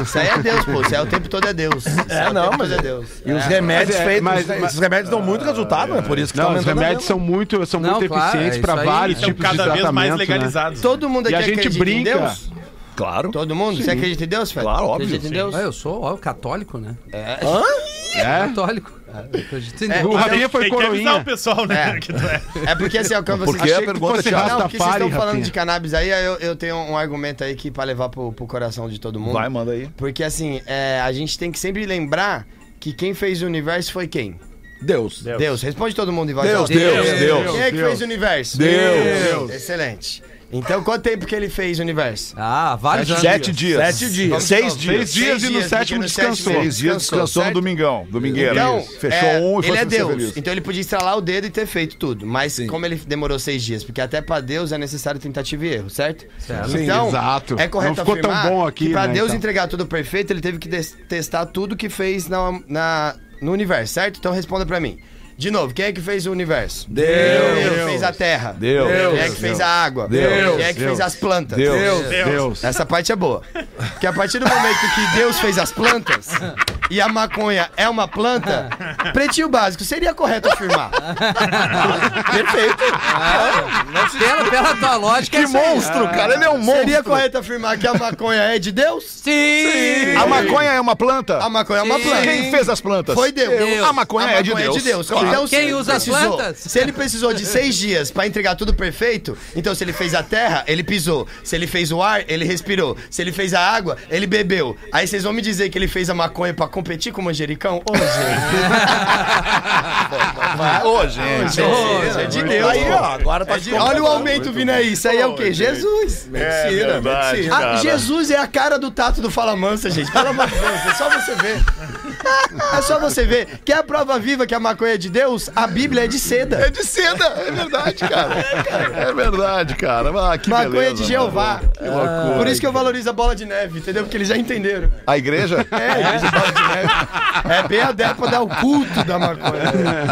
[SPEAKER 5] isso aí é Deus, pô. Isso aí o tempo todo é Deus. Isso aí
[SPEAKER 7] É,
[SPEAKER 5] o
[SPEAKER 7] não,
[SPEAKER 5] tempo
[SPEAKER 7] mas-
[SPEAKER 5] todo é Deus.
[SPEAKER 7] E os remédios
[SPEAKER 9] Mas é,
[SPEAKER 7] feitos.
[SPEAKER 9] mas-
[SPEAKER 7] os re-
[SPEAKER 9] mas-
[SPEAKER 7] Esses remédios dão muito resultado, é por isso
[SPEAKER 4] tá
[SPEAKER 7] que
[SPEAKER 9] Não,
[SPEAKER 7] estão
[SPEAKER 9] os
[SPEAKER 7] aumentando a
[SPEAKER 9] remédios são
[SPEAKER 7] venda.
[SPEAKER 9] muito, são
[SPEAKER 6] Não,
[SPEAKER 9] muito
[SPEAKER 6] claro,
[SPEAKER 9] eficientes
[SPEAKER 6] é
[SPEAKER 9] pra
[SPEAKER 6] isso aí.
[SPEAKER 9] vários
[SPEAKER 8] São
[SPEAKER 9] tipos de
[SPEAKER 8] Então, cada vez
[SPEAKER 9] tratamento,
[SPEAKER 8] mais
[SPEAKER 9] né?
[SPEAKER 8] legalizados.
[SPEAKER 5] Todo mundo
[SPEAKER 9] E
[SPEAKER 5] aqui
[SPEAKER 9] a gente
[SPEAKER 5] acredita em
[SPEAKER 9] brinca.
[SPEAKER 5] Deus?
[SPEAKER 4] Claro.
[SPEAKER 5] Todo mundo? Você acredita em Deus, Fred?
[SPEAKER 4] Claro, óbvio.
[SPEAKER 5] Acredita em Deus?
[SPEAKER 6] Ah, eu sou, ó, católico, né?
[SPEAKER 9] É?
[SPEAKER 6] Católico. Acredito em
[SPEAKER 9] O
[SPEAKER 6] Deus.
[SPEAKER 9] Rafinha foi
[SPEAKER 8] Tem que avisar
[SPEAKER 9] coroinha.
[SPEAKER 8] o pessoal, né?
[SPEAKER 5] É.
[SPEAKER 8] Que tu é.
[SPEAKER 5] É porque assim, ó, quando vocês...
[SPEAKER 4] Porque a
[SPEAKER 9] Achei que
[SPEAKER 4] pergunta
[SPEAKER 9] fosse
[SPEAKER 4] é
[SPEAKER 9] errado.
[SPEAKER 4] chata.
[SPEAKER 5] Não, porque vocês estão
[SPEAKER 9] Rastafari,
[SPEAKER 5] falando
[SPEAKER 9] Rafinha.
[SPEAKER 5] de cannabis aí, aí eu, eu tenho um argumento aí que pra levar pro, pro coração de todo mundo.
[SPEAKER 4] Vai, manda aí.
[SPEAKER 5] Porque assim, é, a gente tem que sempre lembrar que quem fez o universo foi quem?
[SPEAKER 7] Deus.
[SPEAKER 5] Deus. Responde todo mundo em voz
[SPEAKER 7] Deus,
[SPEAKER 5] alta.
[SPEAKER 7] Deus,
[SPEAKER 6] Deus,
[SPEAKER 7] Deus.
[SPEAKER 5] Quem é que
[SPEAKER 9] Deus.
[SPEAKER 5] fez o universo?
[SPEAKER 7] Deus.
[SPEAKER 5] Excelente. Então, quanto tempo que ele fez o universo?
[SPEAKER 6] Ah, vários anos.
[SPEAKER 4] Sete dias.
[SPEAKER 7] Sete dias.
[SPEAKER 4] Seis
[SPEAKER 5] Vamos-
[SPEAKER 4] dias.
[SPEAKER 9] Seis dias e no
[SPEAKER 5] dias, porque
[SPEAKER 9] sétimo
[SPEAKER 5] no
[SPEAKER 9] descansou.
[SPEAKER 5] sétimo ele
[SPEAKER 4] Seis dias descansou no
[SPEAKER 5] certo?
[SPEAKER 4] domingão. Domingueira.
[SPEAKER 5] Então,
[SPEAKER 4] Fechou
[SPEAKER 5] é,
[SPEAKER 4] um e foi
[SPEAKER 5] ele é
[SPEAKER 4] pra ser
[SPEAKER 5] Deus.
[SPEAKER 4] feliz.
[SPEAKER 5] Então ele podia estralar o dedo e ter feito tudo. Mas como ele demorou seis dias, porque até pra Deus é necessário tentativa e erro, certo?
[SPEAKER 9] Sim,
[SPEAKER 5] Então,
[SPEAKER 9] exato.
[SPEAKER 5] é correto
[SPEAKER 9] Não ficou tão
[SPEAKER 5] afirmar
[SPEAKER 9] bom aqui,
[SPEAKER 5] que pra
[SPEAKER 9] né,
[SPEAKER 5] Deus
[SPEAKER 9] então.
[SPEAKER 5] entregar tudo perfeito, ele teve que des- testar tudo que fez na, na- no universo, certo? Então responda pra mim. De novo, quem é que fez o universo?
[SPEAKER 7] Deus.
[SPEAKER 5] Quem é que fez a terra?
[SPEAKER 4] Deus.
[SPEAKER 5] Quem é que fez a água?
[SPEAKER 4] Deus.
[SPEAKER 5] Quem é que fez as plantas?
[SPEAKER 4] Deus.
[SPEAKER 9] Deus.
[SPEAKER 5] Essa parte é boa. Porque a partir do momento que Deus fez as plantas e a maconha é uma planta, pretinho básico, seria correto afirmar. Perfeito.
[SPEAKER 6] Pela, pela tua lógica,
[SPEAKER 4] Que monstro, cara. Ele é um monstro.
[SPEAKER 5] Seria correto afirmar que a maconha é de Deus?
[SPEAKER 6] Sim!
[SPEAKER 4] A maconha é uma planta?
[SPEAKER 5] A maconha é uma
[SPEAKER 6] Sim.
[SPEAKER 5] planta.
[SPEAKER 4] Quem fez as plantas?
[SPEAKER 5] Foi Deus.
[SPEAKER 4] A maconha,
[SPEAKER 5] A maconha
[SPEAKER 4] é de Deus. Claro.
[SPEAKER 5] Então, se
[SPEAKER 6] Quem
[SPEAKER 5] ele
[SPEAKER 6] usa as
[SPEAKER 5] precisou-
[SPEAKER 6] plantas?
[SPEAKER 5] Se ele precisou de seis dias pra entregar tudo perfeito, então se ele fez a terra, ele pisou. Se ele fez o ar, ele respirou. Se ele fez a água, ele bebeu. Aí vocês vão me dizer que ele fez a maconha pra competir com o manjericão? Ô, gente.
[SPEAKER 4] Ah, Ô, gente.
[SPEAKER 5] Ô, É de Deus.
[SPEAKER 7] Aí, ó, agora tá
[SPEAKER 5] É de- Olha o aumento vindo aí. Isso aí é o quê? Jesus.
[SPEAKER 4] Mentira, É verdade, mentira.
[SPEAKER 5] Ah,
[SPEAKER 4] cara.
[SPEAKER 5] Jesus é a cara do Tato do Fala Mansa, gente. Pelo amor de Deus, é só você ver. É só você ver. Quer a prova viva que a maconha é de Deus? A Bíblia é de seda.
[SPEAKER 4] É de seda, é verdade, cara. É, cara. É verdade, cara. Ah, que
[SPEAKER 5] Maconha é
[SPEAKER 4] beleza,
[SPEAKER 5] de
[SPEAKER 4] mano.
[SPEAKER 5] Jeová.
[SPEAKER 4] Que loucura.
[SPEAKER 5] Por isso que eu valorizo a bola de neve, entendeu? Porque eles já entenderam.
[SPEAKER 4] A igreja?
[SPEAKER 5] É, eles a bola de neve. É bem adepto pra dar o culto da
[SPEAKER 4] É.
[SPEAKER 5] maconha.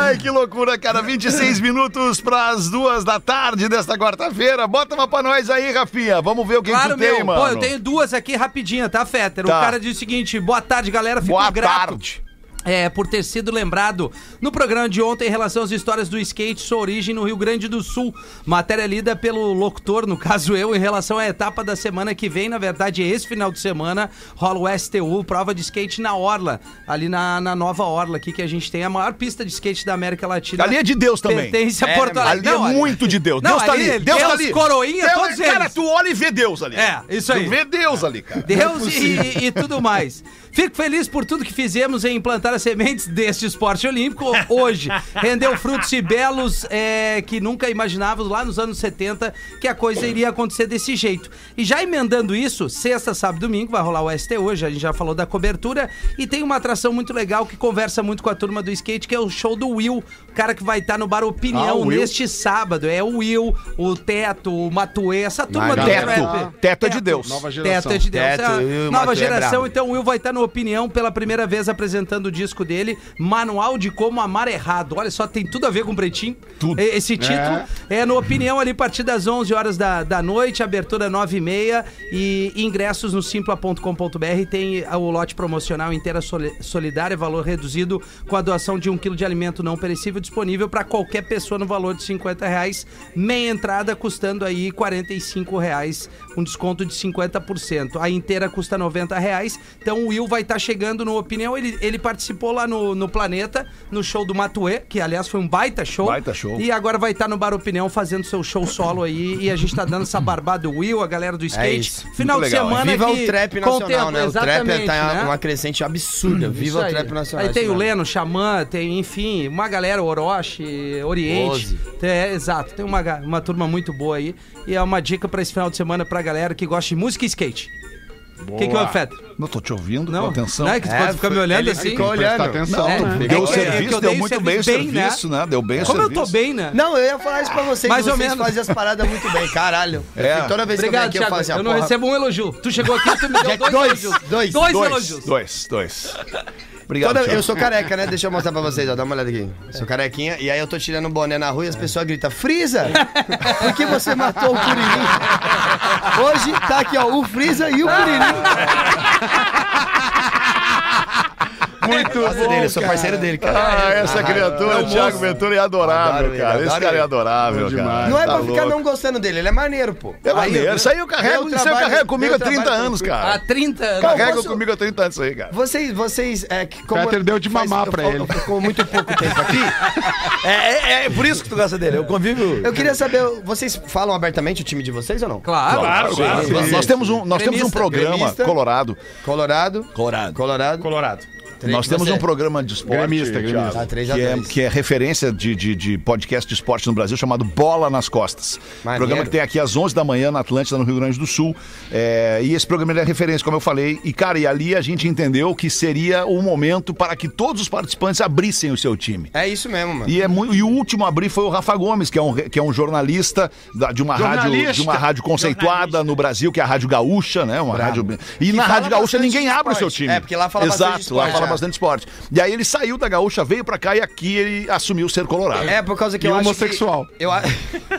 [SPEAKER 4] Ai, que loucura, cara. 26 minutos para as duas da tarde desta quarta-feira. Bota uma pra nós aí, Rafinha. Vamos ver o que,
[SPEAKER 6] Claro,
[SPEAKER 4] que tu
[SPEAKER 6] meu.
[SPEAKER 4] tem, mano.
[SPEAKER 6] Pô, eu tenho duas aqui rapidinha, tá, Fetter?
[SPEAKER 4] Tá.
[SPEAKER 6] O cara diz o seguinte: boa tarde, galera. Fico
[SPEAKER 4] Boa
[SPEAKER 6] um tipo grato.
[SPEAKER 4] tarde.
[SPEAKER 6] é, por ter sido lembrado no programa de ontem em relação às histórias do skate, sua origem no Rio Grande do Sul. Matéria lida pelo locutor, no caso eu, em relação à etapa da semana que vem. Na verdade, esse final de semana rola o STU, prova de skate na Orla, ali na, na nova Orla aqui que a gente tem, a maior pista de skate da América Latina.
[SPEAKER 4] Ali é de Deus também.
[SPEAKER 6] Pertence a
[SPEAKER 4] É,
[SPEAKER 6] Porto Alegre.
[SPEAKER 4] Ali
[SPEAKER 6] Não,
[SPEAKER 4] é muito de Deus.
[SPEAKER 6] Não,
[SPEAKER 4] Deus tá
[SPEAKER 6] ali
[SPEAKER 4] ali.
[SPEAKER 6] é
[SPEAKER 4] Deus, tá
[SPEAKER 6] Deus,
[SPEAKER 4] ali.
[SPEAKER 6] coroinha,
[SPEAKER 4] Deus- é
[SPEAKER 6] todos
[SPEAKER 4] Cara,
[SPEAKER 6] eles.
[SPEAKER 4] tu olha e vê Deus ali.
[SPEAKER 6] É, isso aí.
[SPEAKER 4] Tu vê Deus ali, cara. é
[SPEAKER 6] Deus e, e tudo mais. Fico feliz por tudo que fizemos em plantar as sementes deste esporte olímpico hoje. Rendeu frutos e belos é, que nunca imaginávamos lá nos anos 70 que a coisa iria acontecer desse jeito. E já emendando isso, sexta, sábado e domingo vai rolar o ST hoje, a gente já falou da cobertura. E tem uma atração muito legal que conversa muito com a turma do skate, que é o show do Will, o cara que vai estar no Bar
[SPEAKER 4] Ah, o
[SPEAKER 6] Opinião
[SPEAKER 4] Will.
[SPEAKER 6] neste sábado. É o Will, o Teto, o Matuê, essa turma do
[SPEAKER 4] Teto.
[SPEAKER 6] rap.
[SPEAKER 4] Teto é de Deus.
[SPEAKER 9] Nova geração.
[SPEAKER 6] Teto é de Deus.
[SPEAKER 5] Teto,
[SPEAKER 6] É a
[SPEAKER 5] eu e o
[SPEAKER 6] nova
[SPEAKER 5] Matuê é
[SPEAKER 6] geração,
[SPEAKER 5] brabo.
[SPEAKER 6] então o Will vai estar no Opinião pela primeira vez apresentando o disco dele, Manual de Como Amar Errado. Olha só, tem tudo a ver com o Pretinho.
[SPEAKER 4] Tudo.
[SPEAKER 6] E- Esse título é, no Opinião ali, a partir das 11 horas da, da noite, abertura 9 e meia e ingressos no simpla.com.br. Tem o lote promocional inteira soli- solidária, valor reduzido com a doação de um quilo de alimento não perecível disponível para qualquer pessoa no valor de 50 reais, meia entrada custando aí 45 reais, um desconto de 50%. A inteira custa 90 reais, então o Will vai estar chegando no Opinião, ele, ele participou lá no, no Planeta, no show do Matuê, que aliás foi um baita show.
[SPEAKER 4] Baita show.
[SPEAKER 6] E agora vai estar no Bar Opinião fazendo seu show solo aí. E a gente tá dando essa barbada do Will, a galera do skate.
[SPEAKER 5] É isso.
[SPEAKER 6] Final
[SPEAKER 4] Muito
[SPEAKER 6] de
[SPEAKER 4] legal,
[SPEAKER 6] semana
[SPEAKER 5] Viva
[SPEAKER 6] que
[SPEAKER 5] o trap nacional,
[SPEAKER 6] contempla,
[SPEAKER 5] né? O trap
[SPEAKER 6] exatamente,
[SPEAKER 5] tá em
[SPEAKER 6] né?
[SPEAKER 5] uma- uma crescente absurda. Viva
[SPEAKER 6] Isso
[SPEAKER 5] o trap nacional.
[SPEAKER 6] Aí tem
[SPEAKER 5] isso
[SPEAKER 6] o
[SPEAKER 5] mesmo.
[SPEAKER 6] Leno, Xamã, tem, enfim, uma galera, Orochi, Oriente.
[SPEAKER 5] Ozzy.
[SPEAKER 6] É, exato, tem uma, ga- uma turma muito boa aí. E é uma dica pra esse final de semana pra galera que gosta de música e skate. O que, que houve, Fetter?
[SPEAKER 4] Não tô te ouvindo,
[SPEAKER 6] Não,
[SPEAKER 4] com atenção.
[SPEAKER 6] não é que tu
[SPEAKER 5] É,
[SPEAKER 6] pode ficar me
[SPEAKER 5] foi-
[SPEAKER 6] olhando
[SPEAKER 5] ele
[SPEAKER 6] assim?
[SPEAKER 5] ficou olhando.
[SPEAKER 9] Presta atenção,
[SPEAKER 6] É,
[SPEAKER 9] né?
[SPEAKER 6] é que eu-
[SPEAKER 4] Deu o
[SPEAKER 6] é que eu
[SPEAKER 4] serviço,
[SPEAKER 6] dei
[SPEAKER 4] deu muito bem o serviço, né? Deu bem o
[SPEAKER 6] Como eu tô
[SPEAKER 4] serviço.
[SPEAKER 6] bem, né?
[SPEAKER 5] Não, eu ia falar isso pra vocês.
[SPEAKER 6] Mais ou
[SPEAKER 5] vocês
[SPEAKER 6] menos.
[SPEAKER 5] fazem as paradas muito bem, caralho.
[SPEAKER 4] É.
[SPEAKER 5] Eu- Toda vez
[SPEAKER 6] Obrigado,
[SPEAKER 5] que eu venho aqui, eu
[SPEAKER 6] Thiago.
[SPEAKER 5] falo
[SPEAKER 6] Eu,
[SPEAKER 5] assim, ah,
[SPEAKER 6] não
[SPEAKER 5] porra,
[SPEAKER 6] recebo um elogio. Tu chegou aqui, tu me
[SPEAKER 7] é
[SPEAKER 6] deu dois,
[SPEAKER 5] dois,
[SPEAKER 6] elogios.
[SPEAKER 5] dois,
[SPEAKER 6] elogios.
[SPEAKER 4] Dois, dois, dois. Obrigado,
[SPEAKER 5] Toda-
[SPEAKER 4] Thiago.
[SPEAKER 5] eu sou careca, né? Deixa eu mostrar pra vocês, ó. Dá uma olhada aqui. Sou carequinha. E aí eu tô tirando um boné na rua e as pessoas gritam: Freeza! Por que você matou o Curirim? Hoje tá aqui, ó, o Freeza e o Curirim.
[SPEAKER 7] Muito
[SPEAKER 5] Gosto dele, eu sou parceiro dele, cara. é
[SPEAKER 4] Ah, essa criatura, o Thiago Ventura é adorável,
[SPEAKER 5] Adoro ele,
[SPEAKER 4] cara. Esse
[SPEAKER 5] adoro
[SPEAKER 4] cara é
[SPEAKER 5] ele.
[SPEAKER 4] adorável,
[SPEAKER 9] Bom
[SPEAKER 4] cara.
[SPEAKER 9] demais.
[SPEAKER 5] Não é
[SPEAKER 4] Tá
[SPEAKER 5] pra ficar
[SPEAKER 4] louco.
[SPEAKER 5] não gostando dele, ele é maneiro, pô.
[SPEAKER 4] É maneiro. Isso aí eu carrego,
[SPEAKER 5] Meu
[SPEAKER 4] isso aí eu
[SPEAKER 5] trabalho-
[SPEAKER 4] carrego comigo
[SPEAKER 5] meu
[SPEAKER 4] há 30
[SPEAKER 5] trabalho-
[SPEAKER 4] anos,
[SPEAKER 6] Há
[SPEAKER 4] cara.
[SPEAKER 6] 30 anos.
[SPEAKER 4] Carrega
[SPEAKER 5] posso-
[SPEAKER 4] comigo há 30 anos isso aí, cara.
[SPEAKER 5] Vocês, vocês, é que como.
[SPEAKER 9] Peter deu de
[SPEAKER 5] faz-
[SPEAKER 9] mamar
[SPEAKER 5] eu
[SPEAKER 9] pra
[SPEAKER 5] falo-
[SPEAKER 9] ele.
[SPEAKER 5] eu Ficou muito pouco tempo aqui.
[SPEAKER 7] É, é, é por isso que tu gosta dele. Eu convivo.
[SPEAKER 5] Eu queria saber, vocês falam abertamente o time de vocês ou não?
[SPEAKER 6] Claro.
[SPEAKER 4] Claro, claro. Nós- Nós temos um, nós temos um
[SPEAKER 6] Gremista,
[SPEAKER 4] programa
[SPEAKER 5] gremista.
[SPEAKER 4] colorado.
[SPEAKER 5] Colorado.
[SPEAKER 7] Colorado.
[SPEAKER 5] Colorado.
[SPEAKER 8] Colorado.
[SPEAKER 4] Nós temos
[SPEAKER 5] Você.
[SPEAKER 4] um programa de esporte.
[SPEAKER 9] Gremista,
[SPEAKER 4] Thiago,
[SPEAKER 9] gremista.
[SPEAKER 5] Ah, três a
[SPEAKER 4] que, é,
[SPEAKER 5] dois.
[SPEAKER 4] que é referência de, de- de podcast de esporte no Brasil chamado Bola nas Costas.
[SPEAKER 5] Maneiro.
[SPEAKER 4] Programa que tem aqui às 11 da manhã na Atlântida, no Rio Grande do Sul. É, e esse programa ele é referência, como eu falei. E, cara, e ali a gente entendeu que seria o momento para que todos os participantes abrissem o seu time.
[SPEAKER 5] É isso mesmo, mano.
[SPEAKER 4] E, é muito, e o último a abrir foi o Rafa Gomes, que é um, re- que é um jornalista da- de, uma rádio,
[SPEAKER 9] Jornalista.
[SPEAKER 4] de uma rádio conceituada no Brasil, que é a Rádio Gaúcha, né? Uma rádio... E na
[SPEAKER 5] fala
[SPEAKER 4] Rádio Gaúcha
[SPEAKER 5] bastante
[SPEAKER 4] ninguém
[SPEAKER 5] de
[SPEAKER 4] abre o seu
[SPEAKER 5] esporte.
[SPEAKER 4] time.
[SPEAKER 5] É, porque lá fala
[SPEAKER 4] Exato,
[SPEAKER 5] bastante de
[SPEAKER 4] lá
[SPEAKER 5] esporte,
[SPEAKER 4] fala
[SPEAKER 5] é.
[SPEAKER 4] bastante esporte. E aí ele saiu da Gaúcha, veio pra cá e aqui ele assumiu ser colorado.
[SPEAKER 5] É, por causa que
[SPEAKER 9] E
[SPEAKER 5] eu acho
[SPEAKER 9] homossexual.
[SPEAKER 5] que- eu a-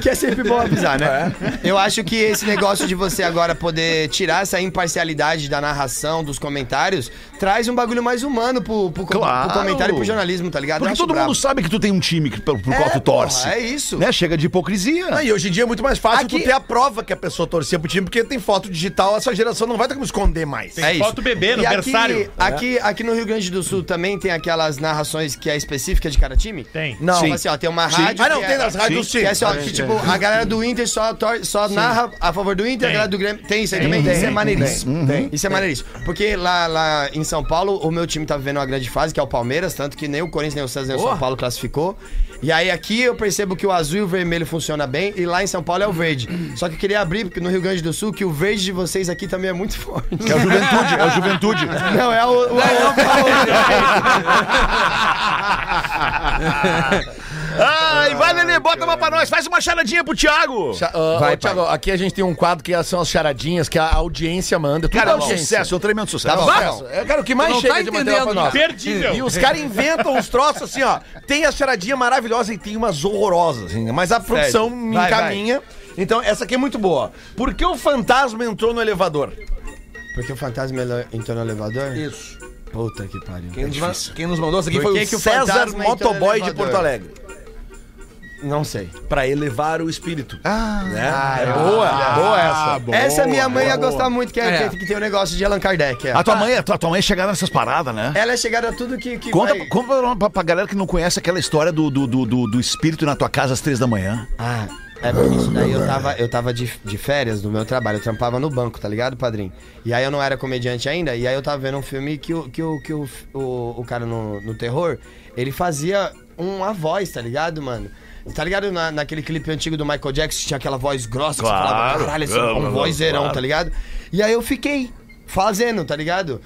[SPEAKER 5] que é sempre bom avisar, né? Eu acho que esse negócio de você agora poder tirar essa imparcialidade da narração, dos comentários, traz um bagulho mais humano pro, pro, com-
[SPEAKER 4] Claro.
[SPEAKER 5] pro comentário e pro jornalismo, tá ligado? Eu
[SPEAKER 4] Porque
[SPEAKER 5] acho
[SPEAKER 4] todo mundo
[SPEAKER 5] brabo.
[SPEAKER 4] sabe que tu tem um time que, pro, pro
[SPEAKER 5] É,
[SPEAKER 4] qual
[SPEAKER 5] porra,
[SPEAKER 4] tu torce.
[SPEAKER 5] é isso.
[SPEAKER 4] Né? Chega de hipocrisia.
[SPEAKER 7] Não, e hoje em dia é muito mais fácil
[SPEAKER 5] Aqui-
[SPEAKER 7] tu ter a prova que a pessoa torcia pro time, porque tem foto digital, essa geração não vai ter como esconder mais.
[SPEAKER 8] Tem foto bebê no
[SPEAKER 5] É E
[SPEAKER 8] berçário.
[SPEAKER 5] aqui, aqui, aqui no Rio Grande do Sul também tem aquelas narrações que é específica de cada time?
[SPEAKER 8] Tem.
[SPEAKER 7] Não.
[SPEAKER 5] Tipo assim, ó, tem uma rádio.
[SPEAKER 7] Ah, não,
[SPEAKER 5] que
[SPEAKER 7] tem
[SPEAKER 5] é-
[SPEAKER 7] nas rádios
[SPEAKER 5] Que
[SPEAKER 7] sim.
[SPEAKER 5] é assim, ó, que, tipo, a galera do Inter só, tor- só narra a favor do Inter, a galera do Grêmio. Tem isso aí também? isso é maneiríssimo. Isso é maneiríssimo. Porque lá, lá em São Paulo, o meu time tá vivendo uma grande fase, que é o Palmeiras, tanto que nem o Corinthians, nem o Santos, nem o São Paulo classificou. E aí aqui eu percebo que o azul e o vermelho funciona bem, e lá em São Paulo é o verde. Só que eu queria abrir, porque no Rio Grande do Sul, que o verde de vocês aqui também é muito forte.
[SPEAKER 4] É o Juventude, é o Juventude.
[SPEAKER 5] Não, é o. o-
[SPEAKER 4] Ai, vai, Lelê, bota uma pra nós. Faz uma charadinha pro Thiago.
[SPEAKER 7] Cha- ah,
[SPEAKER 5] Vai,
[SPEAKER 7] ô, Thiago, aqui a gente tem um quadro que são as charadinhas que a audiência manda. Tudo
[SPEAKER 4] Cara, é um
[SPEAKER 7] audiência.
[SPEAKER 4] sucesso, é um tremendo
[SPEAKER 7] Tá
[SPEAKER 4] sucesso.
[SPEAKER 7] bom,
[SPEAKER 4] Vai.
[SPEAKER 7] sucesso. É, cara, o que mais
[SPEAKER 6] não
[SPEAKER 7] chega
[SPEAKER 6] tá
[SPEAKER 7] de material pra
[SPEAKER 6] entendendo,
[SPEAKER 7] nós.
[SPEAKER 6] cara.
[SPEAKER 8] Perdível.
[SPEAKER 7] E os caras inventam uns troços assim, ó. Tem a charadinha maravilhosa e tem umas horrorosas, assim, mas a produção me
[SPEAKER 5] Vai,
[SPEAKER 7] encaminha. Então, essa aqui é muito boa. Por
[SPEAKER 6] É
[SPEAKER 7] que o fantasma entrou no elevador?
[SPEAKER 5] Porque o fantasma ele é entrou no elevador?
[SPEAKER 7] Isso.
[SPEAKER 5] Puta que pariu.
[SPEAKER 7] Quem,
[SPEAKER 5] É
[SPEAKER 7] nos,
[SPEAKER 5] difícil.
[SPEAKER 7] ma- quem nos mandou isso aqui
[SPEAKER 5] Por
[SPEAKER 7] foi
[SPEAKER 5] que
[SPEAKER 7] o
[SPEAKER 5] que o
[SPEAKER 7] César
[SPEAKER 5] fantasma entra no
[SPEAKER 7] Motoboy de
[SPEAKER 5] elevador?
[SPEAKER 7] Porto Alegre.
[SPEAKER 5] Não sei.
[SPEAKER 7] Pra elevar o espírito. Ah, né? é boa,
[SPEAKER 5] boa,
[SPEAKER 7] boa essa.
[SPEAKER 5] Essa é minha mãe ia gostar muito, que, é,
[SPEAKER 6] É.
[SPEAKER 5] que, que tem o negócio de Allan Kardec. é.
[SPEAKER 4] A tua mãe, a tua, tua mãe é chegada nessas paradas, né?
[SPEAKER 5] Ela é chegada a tudo que. que
[SPEAKER 4] Conta,
[SPEAKER 5] vai-
[SPEAKER 4] conta pra- pra, pra galera que não conhece aquela história do, do, do, do- do espírito na tua casa às três da manhã.
[SPEAKER 5] Ah, é porque isso daí eu tava, eu tava de, de férias do meu trabalho, eu trampava no banco, tá ligado, padrinho? E aí eu não era comediante ainda, e aí eu tava vendo um filme que o, que o, que o, o, o cara no, no terror, ele fazia uma voz, tá ligado, mano? Tá ligado na, naquele clipe antigo do Michael Jackson, que tinha aquela voz grossa que você falava, caralho, esse é um vozeirão, tá ligado? E aí eu fiquei fazendo, tá ligado?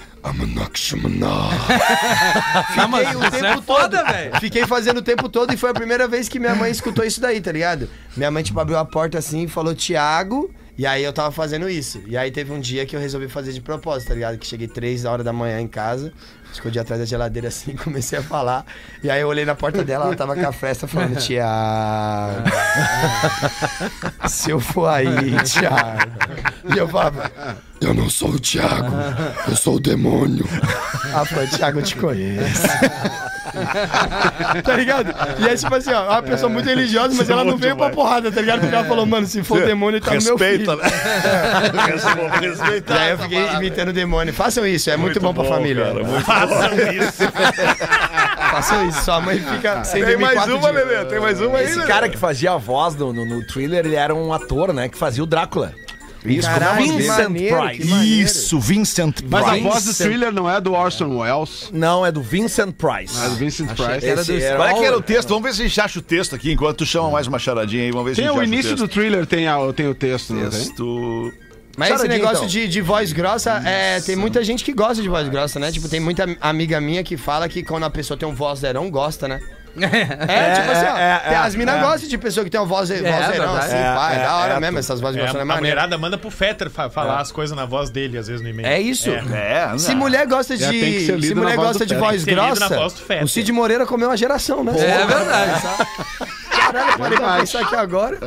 [SPEAKER 6] Tá,
[SPEAKER 5] Fiquei
[SPEAKER 6] mas
[SPEAKER 5] o
[SPEAKER 6] isso é
[SPEAKER 5] tempo
[SPEAKER 6] foda,
[SPEAKER 5] todo.
[SPEAKER 6] velho.
[SPEAKER 5] Fiquei fazendo o tempo todo e foi a primeira vez que minha mãe escutou isso daí, tá ligado? Minha mãe, tipo, abriu a porta assim e falou, Tiago. E aí eu tava fazendo isso. E aí teve um dia que eu resolvi fazer de propósito, tá ligado? Que cheguei três horas da manhã em casa, escondi atrás da geladeira assim, comecei a falar. E aí eu olhei na porta dela, ela tava com a fresta falando, Tiago. Se eu for aí, Tiago. E eu falava, eu não sou o Tiago, eu sou o demônio. Ah, falou, Tiago, eu te conheço. tá ligado? E é tipo assim, ó, uma pessoa muito religiosa, mas ela não veio pra porrada, tá ligado? Porque ela falou, mano, se for demônio, ele tá no meu filho.
[SPEAKER 4] né? Respeita.
[SPEAKER 5] E aí eu fiquei imitando o demônio. Façam isso, é muito, bom, pra família.
[SPEAKER 4] Façam isso.
[SPEAKER 5] Façam isso, sua mãe fica sem
[SPEAKER 4] Tem
[SPEAKER 5] dormir
[SPEAKER 4] mais
[SPEAKER 5] quatro
[SPEAKER 4] uma,
[SPEAKER 5] dias.
[SPEAKER 4] Lelê. Tem mais uma aí,
[SPEAKER 7] Esse
[SPEAKER 4] Lelê.
[SPEAKER 7] cara que fazia a voz no, no, no thriller, ele era um ator, né? Que fazia o Drácula. Isso,
[SPEAKER 5] Caralho, que
[SPEAKER 7] Vincent
[SPEAKER 5] maneiro, que
[SPEAKER 7] Price.
[SPEAKER 5] maneiro.
[SPEAKER 4] Isso, Vincent Price.
[SPEAKER 9] Mas a voz do
[SPEAKER 7] Vincent-
[SPEAKER 9] thriller não é do Orson Welles,
[SPEAKER 7] Não, é do Vincent Price.
[SPEAKER 9] mas do Vincent Price.
[SPEAKER 7] Era
[SPEAKER 6] Esse
[SPEAKER 7] do
[SPEAKER 6] era-
[SPEAKER 4] Qual é que era o texto? Vamos ver se a gente acha o texto aqui, enquanto tu chama mais uma charadinha aí. Vamos ver se
[SPEAKER 9] Tem
[SPEAKER 4] a gente
[SPEAKER 9] o
[SPEAKER 4] acha
[SPEAKER 9] início do
[SPEAKER 4] texto.
[SPEAKER 9] thriller, tem, a, tem o texto, não tem?
[SPEAKER 4] texto.
[SPEAKER 5] Mas esse
[SPEAKER 7] Charadinha,
[SPEAKER 5] negócio
[SPEAKER 7] então.
[SPEAKER 5] de, de voz grossa, é, tem muita gente que gosta de voz grossa, né? Tipo, tem muita amiga minha que fala que quando a pessoa tem um vozeirão, gosta, né? É, tipo assim, ó.
[SPEAKER 7] é,
[SPEAKER 5] tem-
[SPEAKER 7] é,
[SPEAKER 5] as minas
[SPEAKER 7] é.
[SPEAKER 5] gostam de pessoa que tem um voz, vozeirão,
[SPEAKER 6] verdade.
[SPEAKER 5] assim,
[SPEAKER 7] É,
[SPEAKER 5] pá, é,
[SPEAKER 7] é,
[SPEAKER 5] da hora
[SPEAKER 7] é,
[SPEAKER 5] mesmo, essas vozes
[SPEAKER 8] É,
[SPEAKER 5] grossas,
[SPEAKER 8] a
[SPEAKER 5] é maneiro.
[SPEAKER 8] mulherada manda pro Fetter fa- falar as coisas na voz dele, às vezes no e-mail.
[SPEAKER 5] É isso.
[SPEAKER 4] É, né?
[SPEAKER 5] Se mulher gosta de.
[SPEAKER 9] É, tem que ser lido
[SPEAKER 5] se
[SPEAKER 9] na
[SPEAKER 5] mulher
[SPEAKER 9] voz
[SPEAKER 5] gosta
[SPEAKER 9] do
[SPEAKER 5] de
[SPEAKER 9] Feta.
[SPEAKER 5] voz
[SPEAKER 8] Tem que ser lido na
[SPEAKER 5] grossa,
[SPEAKER 8] voz do Feta.
[SPEAKER 5] o Cid Moreira comeu uma geração, né?
[SPEAKER 6] É verdade.
[SPEAKER 5] Caralho, parei pra pensar aqui agora.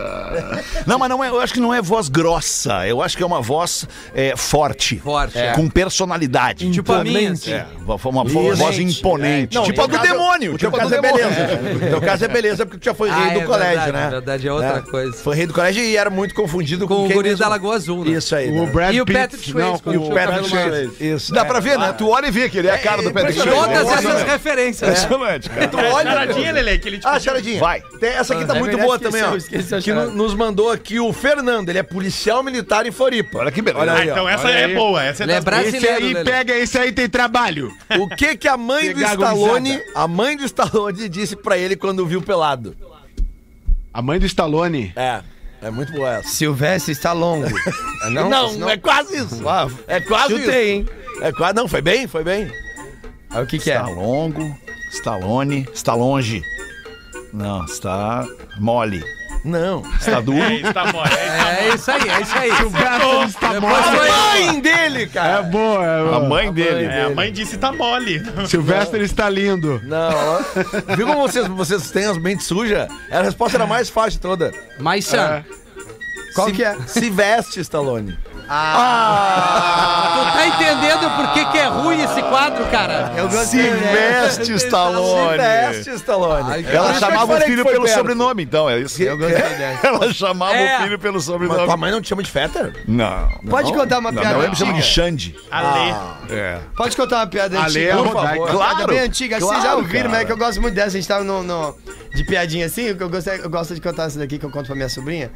[SPEAKER 4] Não, mas não é, eu acho que não é voz grossa. Eu acho que é uma voz é, forte.
[SPEAKER 6] Forte. É.
[SPEAKER 4] Com personalidade.
[SPEAKER 6] Tipo a minha. assim.
[SPEAKER 4] É, uma, uma voz imponente.
[SPEAKER 7] Não,
[SPEAKER 4] tipo a
[SPEAKER 7] o
[SPEAKER 4] do
[SPEAKER 7] teu caso-
[SPEAKER 4] demônio.
[SPEAKER 7] O teu
[SPEAKER 4] tipo a do
[SPEAKER 7] caso é
[SPEAKER 4] demônio.
[SPEAKER 7] beleza. O teu caso é beleza porque tu já foi rei
[SPEAKER 6] Ah,
[SPEAKER 7] do
[SPEAKER 6] é
[SPEAKER 7] colégio,
[SPEAKER 6] verdade,
[SPEAKER 7] né?
[SPEAKER 6] é verdade, é outra
[SPEAKER 7] Né?
[SPEAKER 6] coisa.
[SPEAKER 7] Foi rei do colégio e era muito confundido com,
[SPEAKER 6] Com o
[SPEAKER 7] quem
[SPEAKER 4] é
[SPEAKER 6] guri
[SPEAKER 7] mesmo?
[SPEAKER 6] da Lagoa Azul, né?
[SPEAKER 7] Isso aí.
[SPEAKER 9] O
[SPEAKER 7] né?
[SPEAKER 9] Brad
[SPEAKER 6] E o
[SPEAKER 9] Pitt,
[SPEAKER 6] Patrick
[SPEAKER 9] não,
[SPEAKER 6] Swayze, quando
[SPEAKER 9] o
[SPEAKER 6] tinha o
[SPEAKER 9] Patrick
[SPEAKER 6] cabelo mais-
[SPEAKER 9] Swayez.
[SPEAKER 7] Isso. é,
[SPEAKER 4] Dá pra ver, né? Tu olha e vê que ele é a cara do Patrick Swayze.
[SPEAKER 6] Todas
[SPEAKER 4] É
[SPEAKER 6] essas
[SPEAKER 4] impressionante.
[SPEAKER 6] referências. né?
[SPEAKER 4] Impressionante, cara.
[SPEAKER 7] Tu
[SPEAKER 8] É,
[SPEAKER 7] olha.
[SPEAKER 8] charadinha, Lelê, que ele te
[SPEAKER 7] Ah,
[SPEAKER 8] pediu.
[SPEAKER 7] charadinha.
[SPEAKER 4] Vai.
[SPEAKER 7] Tem- essa aqui tá muito
[SPEAKER 5] verdade,
[SPEAKER 7] boa
[SPEAKER 5] esqueci,
[SPEAKER 7] também, ó.
[SPEAKER 5] eu esqueci a
[SPEAKER 7] que no-
[SPEAKER 5] charada.
[SPEAKER 7] nos mandou aqui o Fernando. Ele é policial militar em Floripa.
[SPEAKER 4] Olha que beleza.
[SPEAKER 7] Olha
[SPEAKER 8] Ah,
[SPEAKER 7] aí, ó.
[SPEAKER 8] então essa
[SPEAKER 9] Olha
[SPEAKER 8] é
[SPEAKER 9] aí.
[SPEAKER 8] boa. Essa é
[SPEAKER 6] Ele é
[SPEAKER 8] das boas.
[SPEAKER 9] Esse
[SPEAKER 6] brasileiro,
[SPEAKER 9] aí
[SPEAKER 6] Lelê.
[SPEAKER 9] pega, esse aí tem trabalho.
[SPEAKER 7] O que que a mãe do
[SPEAKER 9] Pegar a
[SPEAKER 7] Stallone,
[SPEAKER 9] gurizada.
[SPEAKER 7] a mãe do Stallone disse pra ele quando o viu pelado?
[SPEAKER 9] A mãe do Stallone.
[SPEAKER 7] É, é muito boa essa.
[SPEAKER 5] Silvestre está longo.
[SPEAKER 7] Não, é quase isso.
[SPEAKER 4] Ah,
[SPEAKER 7] É quase
[SPEAKER 5] Chutei, hein?
[SPEAKER 7] isso. É quase, não, foi bem, foi bem.
[SPEAKER 5] Aí o que que é?
[SPEAKER 4] Está longo, está lone, está longe. Não, está mole.
[SPEAKER 7] Não.
[SPEAKER 4] Está duro.
[SPEAKER 8] É isso, tá bom. É
[SPEAKER 6] É isso aí, é isso aí.
[SPEAKER 9] Gato de
[SPEAKER 6] Depois foi-
[SPEAKER 9] Stallone.
[SPEAKER 7] Mãe dele,
[SPEAKER 9] É
[SPEAKER 7] cara.
[SPEAKER 9] boa, é boa.
[SPEAKER 4] A mãe dele.
[SPEAKER 8] isso. É, a mãe disse tá mole.
[SPEAKER 9] Silvestre está lindo.
[SPEAKER 7] Não, ó. viu como vocês, vocês têm as mentes sujas? É A resposta era mais fácil toda.
[SPEAKER 6] Mas, Sam,
[SPEAKER 5] Qual
[SPEAKER 7] se,
[SPEAKER 5] que é?
[SPEAKER 7] Se veste, Stallone.
[SPEAKER 6] tu tá entendendo por que, que é ruim esse quadro, cara?
[SPEAKER 5] Eu gostei.
[SPEAKER 4] Se veste, Stallone.
[SPEAKER 7] Se veste, Stallone.
[SPEAKER 6] Ai,
[SPEAKER 7] Por
[SPEAKER 4] Ela
[SPEAKER 7] isso que eu
[SPEAKER 4] chamava
[SPEAKER 7] te
[SPEAKER 4] o
[SPEAKER 7] falei
[SPEAKER 4] filho
[SPEAKER 7] que foi
[SPEAKER 4] pelo
[SPEAKER 7] perto.
[SPEAKER 4] sobrenome, então, é isso.
[SPEAKER 5] Eu gostei dessa.
[SPEAKER 4] Ela chamava
[SPEAKER 6] É.
[SPEAKER 4] o filho pelo
[SPEAKER 7] Mas tá- tua
[SPEAKER 4] sobrenome.
[SPEAKER 7] mãe não te chama de Fetter?
[SPEAKER 4] Não.
[SPEAKER 5] Pode contar uma
[SPEAKER 4] Não, é
[SPEAKER 5] piada
[SPEAKER 4] minha mãe me chama de
[SPEAKER 5] antiga?
[SPEAKER 4] Xande.
[SPEAKER 8] Ale.
[SPEAKER 4] É.
[SPEAKER 5] Pode contar uma piada
[SPEAKER 9] Ale é
[SPEAKER 5] antiga?
[SPEAKER 9] a
[SPEAKER 5] por
[SPEAKER 9] Rodaica.
[SPEAKER 5] favor?
[SPEAKER 4] Claro,
[SPEAKER 5] Uma piada bem antiga, assim,
[SPEAKER 4] claro,
[SPEAKER 5] já ouviram,
[SPEAKER 4] cara.
[SPEAKER 5] mas é que eu gosto muito dessa. A gente tava no, no- de piadinha assim, o que eu gosto, é- eu gosto de contar essa daqui que eu conto pra minha sobrinha,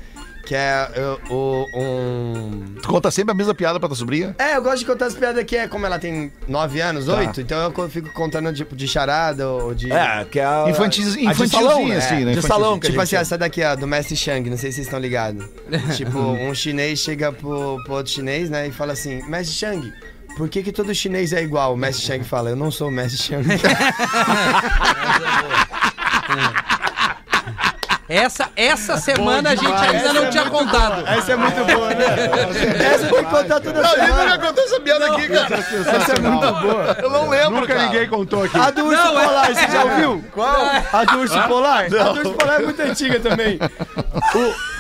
[SPEAKER 5] que é eu, o, um...
[SPEAKER 4] Tu conta sempre a mesma piada pra tua sobrinha?
[SPEAKER 5] É, eu gosto de contar essa piada que é, como ela tem 9 anos,
[SPEAKER 4] Tá.
[SPEAKER 5] 8, então eu co- fico contando tipo de charada ou de...
[SPEAKER 7] É, que é a...
[SPEAKER 4] Infantiz-
[SPEAKER 7] a de
[SPEAKER 4] infantilzinha,
[SPEAKER 7] salão,
[SPEAKER 5] É,
[SPEAKER 7] né?
[SPEAKER 4] assim, né?
[SPEAKER 7] De salão. que a
[SPEAKER 5] Tipo
[SPEAKER 7] gente
[SPEAKER 5] assim, essa daqui, ó, do Mestre Shang, não sei se vocês estão ligados. tipo, um chinês chega pro, pro outro chinês, né, e fala assim, Mestre Shang, por que que todo chinês é igual? O Mestre Shang fala, eu não sou o Mestre Shang.
[SPEAKER 6] Essa, essa semana a gente ainda não tinha contado.
[SPEAKER 5] Essa é muito boa, né? Essa tem que contar toda
[SPEAKER 4] Não, ele já
[SPEAKER 5] semana.
[SPEAKER 4] contou essa piada aqui, cara.
[SPEAKER 5] Essa é muito boa.
[SPEAKER 4] Eu não lembro,
[SPEAKER 9] Nunca
[SPEAKER 4] cara.
[SPEAKER 9] ninguém contou aqui.
[SPEAKER 5] A do urso
[SPEAKER 6] Não, é-
[SPEAKER 5] polar, você já ouviu? é.
[SPEAKER 6] Qual?
[SPEAKER 5] A do urso polar? A do urso polar é muito antiga também.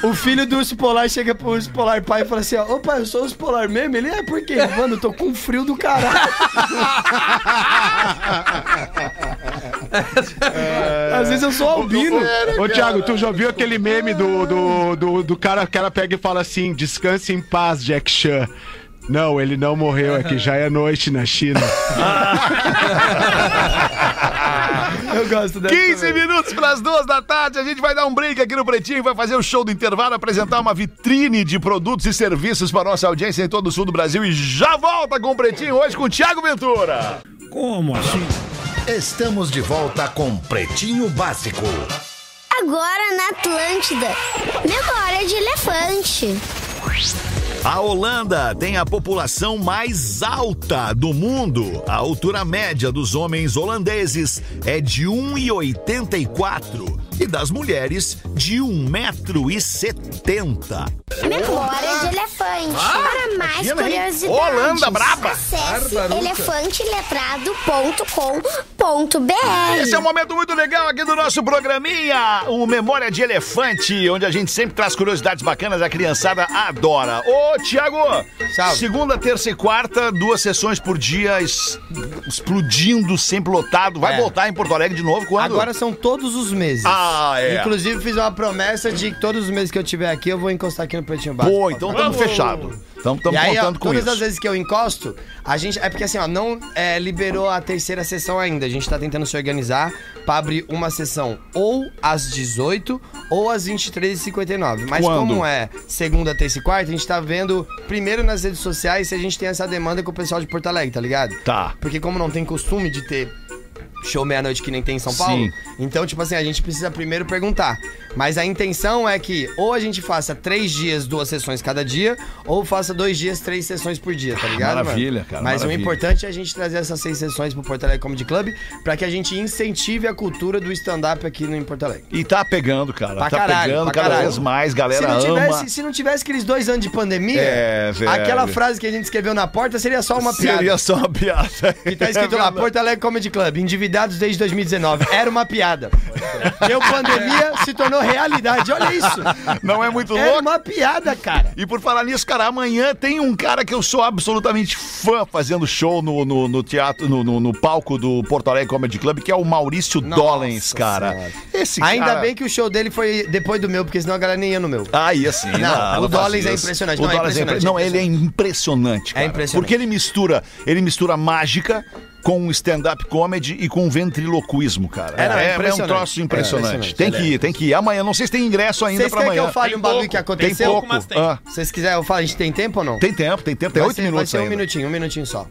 [SPEAKER 5] O, o filho do urso polar chega pro urso polar pai e fala assim: ó, Ô pai, eu sou urso polar mesmo? Ele é, por quê? Mano, eu tô com frio do caralho. Às vezes eu sou albino.
[SPEAKER 9] Ô, Thiago, tu já viu aquele meme do, do, do, do cara que ela pega e fala assim: descanse em paz, Jack Chan. Não, ele não morreu, é que já é noite na China.
[SPEAKER 5] Eu gosto dessa.
[SPEAKER 4] 15 minutos para as duas da tarde, a gente vai dar um break aqui no Pretinho, vai fazer o show do intervalo, apresentar uma vitrine de produtos e serviços para nossa audiência em todo o sul do Brasil e já volta com o Pretinho hoje com o Thiago Ventura.
[SPEAKER 2] assim? Estamos de volta com Pretinho Básico.
[SPEAKER 10] Agora na Atlântida. Memória de elefante.
[SPEAKER 4] A Holanda tem a população mais alta do mundo. A altura média dos homens holandeses é de 1,84 e das mulheres de 1,70m.
[SPEAKER 10] Memória de elefante. Para mais curiosidades.
[SPEAKER 4] Ah, Holanda, braba.
[SPEAKER 10] Acesse elefanteletrado.com.br.
[SPEAKER 4] Esse é um momento muito legal aqui do nosso programinha, o Memória de Elefante, onde a gente sempre traz curiosidades bacanas, a criançada adora. Ô, Tiago,
[SPEAKER 5] Salve.
[SPEAKER 4] segunda, terça e quarta, duas sessões por dia, es- explodindo, sempre lotado. Vai
[SPEAKER 5] É.
[SPEAKER 4] voltar em Porto Alegre de novo quando?
[SPEAKER 5] Agora são todos os meses.
[SPEAKER 4] Ah, é.
[SPEAKER 5] Inclusive, fiz uma promessa de que todos os meses que eu tiver aqui, eu vou encostar aqui no Pretinho Básico.
[SPEAKER 4] Pô, então estamos fechados. Estamos
[SPEAKER 5] E aí, ó,
[SPEAKER 4] contando com
[SPEAKER 5] todas
[SPEAKER 4] isso.
[SPEAKER 5] as vezes que eu encosto, a gente. É porque assim, ó, não é, liberou a terceira sessão ainda. A gente tá tentando se organizar pra abrir uma sessão ou às 18 ou às 23h59. Mas
[SPEAKER 4] Quando?
[SPEAKER 5] como é segunda, terça e quarta, a gente tá vendo primeiro nas redes sociais se a gente tem essa demanda com o pessoal de Porto Alegre, tá ligado?
[SPEAKER 4] Tá.
[SPEAKER 5] Porque como não tem costume de ter show meia-noite que nem tem em São Paulo, então, tipo assim, a gente precisa primeiro perguntar. Mas a intenção é que ou a gente faça três dias, duas sessões cada dia, ou faça dois dias, três sessões por dia, tá ligado? mano?
[SPEAKER 4] Ah, maravilha, cara,
[SPEAKER 5] Mas
[SPEAKER 4] maravilha.
[SPEAKER 5] o importante é a gente trazer essas seis sessões pro Porto Alegre Comedy Club pra que a gente incentive a cultura do stand-up aqui no, em Porto Alegre.
[SPEAKER 4] E tá pegando, cara.
[SPEAKER 5] Pra
[SPEAKER 4] tá
[SPEAKER 5] caralho,
[SPEAKER 4] pegando
[SPEAKER 5] pra
[SPEAKER 4] cada
[SPEAKER 5] caralho.
[SPEAKER 4] vez mais, galera
[SPEAKER 5] se não tivesse,
[SPEAKER 4] ama.
[SPEAKER 5] se não tivesse aqueles dois anos de pandemia,
[SPEAKER 4] É, velho.
[SPEAKER 5] aquela frase que a gente escreveu na porta seria só uma piada.
[SPEAKER 4] Seria só uma piada. É
[SPEAKER 5] E tá escrito lá, Porto Alegre Comedy Club, endividados desde 2019. Era uma piada. Deu pandemia, se tornou realidade. Olha isso.
[SPEAKER 4] Não é muito
[SPEAKER 5] Era
[SPEAKER 4] louco?
[SPEAKER 5] uma piada, cara.
[SPEAKER 4] E por falar nisso, cara, amanhã tem um cara que eu sou absolutamente fã fazendo show no, no, no teatro, no, no- no palco do Porto Alegre Comedy Club, que é o Maurício Dollens, cara.
[SPEAKER 5] Senhora.
[SPEAKER 4] Esse cara.
[SPEAKER 5] Ainda bem que o show dele foi depois do meu, porque senão a galera nem ia no meu.
[SPEAKER 4] Ah, e assim,
[SPEAKER 5] Não, o
[SPEAKER 4] faz
[SPEAKER 5] Dollens é
[SPEAKER 4] isso.
[SPEAKER 5] impressionante.
[SPEAKER 4] O
[SPEAKER 5] Não, é
[SPEAKER 4] Dollens é
[SPEAKER 5] impressionante, É
[SPEAKER 4] impre- Não, ele é impressionante, cara.
[SPEAKER 5] impressionante.
[SPEAKER 4] Porque ele mistura, ele mistura mágica com stand-up comedy e com ventriloquismo, cara.
[SPEAKER 5] É, não, é
[SPEAKER 4] um
[SPEAKER 5] impressionante.
[SPEAKER 4] troço
[SPEAKER 5] É
[SPEAKER 4] impressionante.
[SPEAKER 5] impressionante,
[SPEAKER 4] tem
[SPEAKER 5] ele
[SPEAKER 4] que ir, tem que ir. Amanhã, não sei se tem ingresso ainda
[SPEAKER 5] Vocês
[SPEAKER 4] pra
[SPEAKER 5] querem que
[SPEAKER 4] amanhã.
[SPEAKER 5] eu fale
[SPEAKER 8] Tem
[SPEAKER 5] um bagulho
[SPEAKER 8] pouco,
[SPEAKER 5] que
[SPEAKER 8] tem
[SPEAKER 4] Tem
[SPEAKER 5] aconteceu?
[SPEAKER 4] pouco.
[SPEAKER 8] mas tem.
[SPEAKER 4] Ah,
[SPEAKER 5] Se vocês quiserem, eu falo, a gente tem tempo ou não?
[SPEAKER 4] tem tempo, tem tempo. Tem
[SPEAKER 5] Vai
[SPEAKER 4] oito
[SPEAKER 5] ser-
[SPEAKER 4] minutos
[SPEAKER 5] Vai ser um
[SPEAKER 4] ainda.
[SPEAKER 5] minutinho, um minutinho só.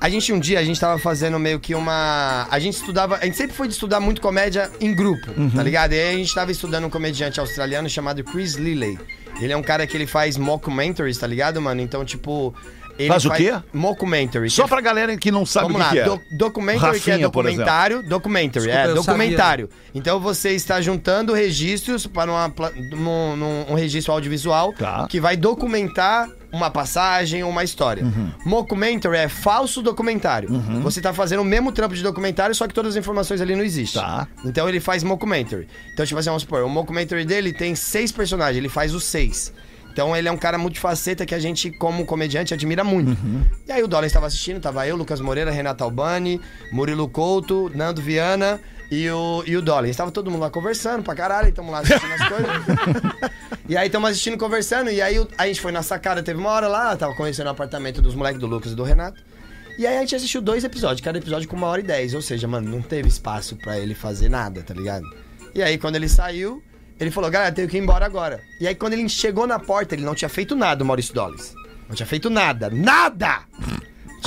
[SPEAKER 5] A gente um dia, a gente tava fazendo meio que uma. A gente estudava. A gente sempre foi de estudar muito comédia em grupo,
[SPEAKER 4] Uhum.
[SPEAKER 5] tá ligado? E aí a gente tava estudando um comediante australiano chamado Chris Lilley. Ele é um cara que ele faz mockumentaries, tá ligado, mano? Então, tipo. Ele
[SPEAKER 4] Faz o quê?
[SPEAKER 5] Mockumentary.
[SPEAKER 4] Só pra galera que não sabe o
[SPEAKER 5] Vamos
[SPEAKER 4] que,
[SPEAKER 5] lá,
[SPEAKER 4] que é.
[SPEAKER 5] doc- documentary que é
[SPEAKER 4] Rafinha, por exemplo.
[SPEAKER 5] documentário, documentary,
[SPEAKER 6] Desculpa,
[SPEAKER 5] é
[SPEAKER 6] eu sabia.
[SPEAKER 5] documentário. Então você está juntando registros para uma, pla- num, num- um registro audiovisual
[SPEAKER 4] Tá.
[SPEAKER 5] que vai documentar uma passagem ou uma história. Mockumentary é falso documentário. Você está fazendo o mesmo trampo de documentário, só que todas as informações ali não existem.
[SPEAKER 4] Tá.
[SPEAKER 5] Então ele faz mockumentary. Então, tipo assim, vamos supor, o mockumentary dele tem seis personagens, ele faz os seis. Então ele é um cara multifaceta que a gente, como comediante, admira muito. E aí o Dólar estava assistindo, tava eu, Lucas Moreira, Renata Albani, Murilo Couto, Nando Viana e o, e o Dólar. Estava todo mundo lá conversando pra caralho, e tamo lá assistindo as coisas. E aí estamos assistindo, conversando, e aí o- a gente foi na sacada, teve uma hora lá, tava conhecendo o apartamento dos moleques do Lucas e do Renato. E aí a gente assistiu dois episódios, cada episódio com uma hora e dez. Ou seja, mano, não teve espaço pra ele fazer nada, tá ligado? E aí quando ele saiu, ele falou, galera, tenho que ir embora agora. E aí quando ele chegou na porta, ele não tinha feito nada, o Maurício Dollins. Não tinha feito nada, nada!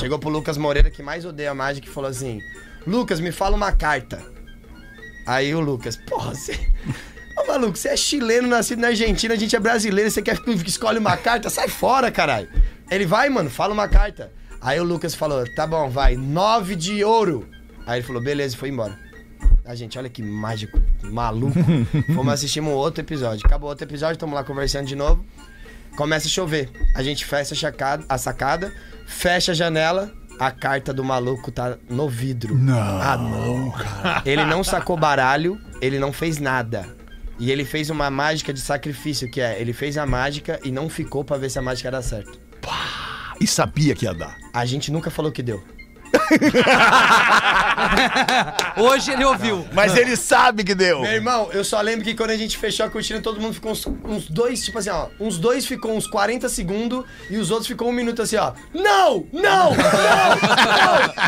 [SPEAKER 5] Chegou pro Lucas Moreira, que mais odeia a mágica, e falou assim: Lucas, me fala uma carta. Aí o Lucas, porra, você. Ô maluco, você é chileno, nascido na Argentina, a gente é brasileiro, você quer que escolhe uma carta? Sai fora, caralho. Ele vai, mano, fala uma carta. Aí o Lucas falou: tá bom, vai, nove de ouro. Aí ele falou: beleza, e foi embora. A gente, olha que mágico, maluco. Fomos assistimos outro episódio. Acabou outro episódio, estamos lá conversando de novo. Começa a chover. A gente fecha a chacada- a sacada, fecha a janela. A carta do maluco tá no vidro. Não. Ah, não, cara. Ele não sacou baralho, ele não fez nada. E ele fez uma mágica de sacrifício, que é, ele fez a mágica e não ficou pra ver se a mágica era certo.
[SPEAKER 4] E sabia que ia dar.
[SPEAKER 5] A gente nunca falou que deu.
[SPEAKER 6] Hoje ele ouviu.
[SPEAKER 4] Mas ele sabe que deu.
[SPEAKER 5] Meu irmão, eu só lembro que quando a gente fechou a cortina, todo mundo ficou uns, uns dois, tipo assim, ó. Uns dois ficou uns 40 segundos e os outros ficou um minuto assim, ó. Não! Não! Não!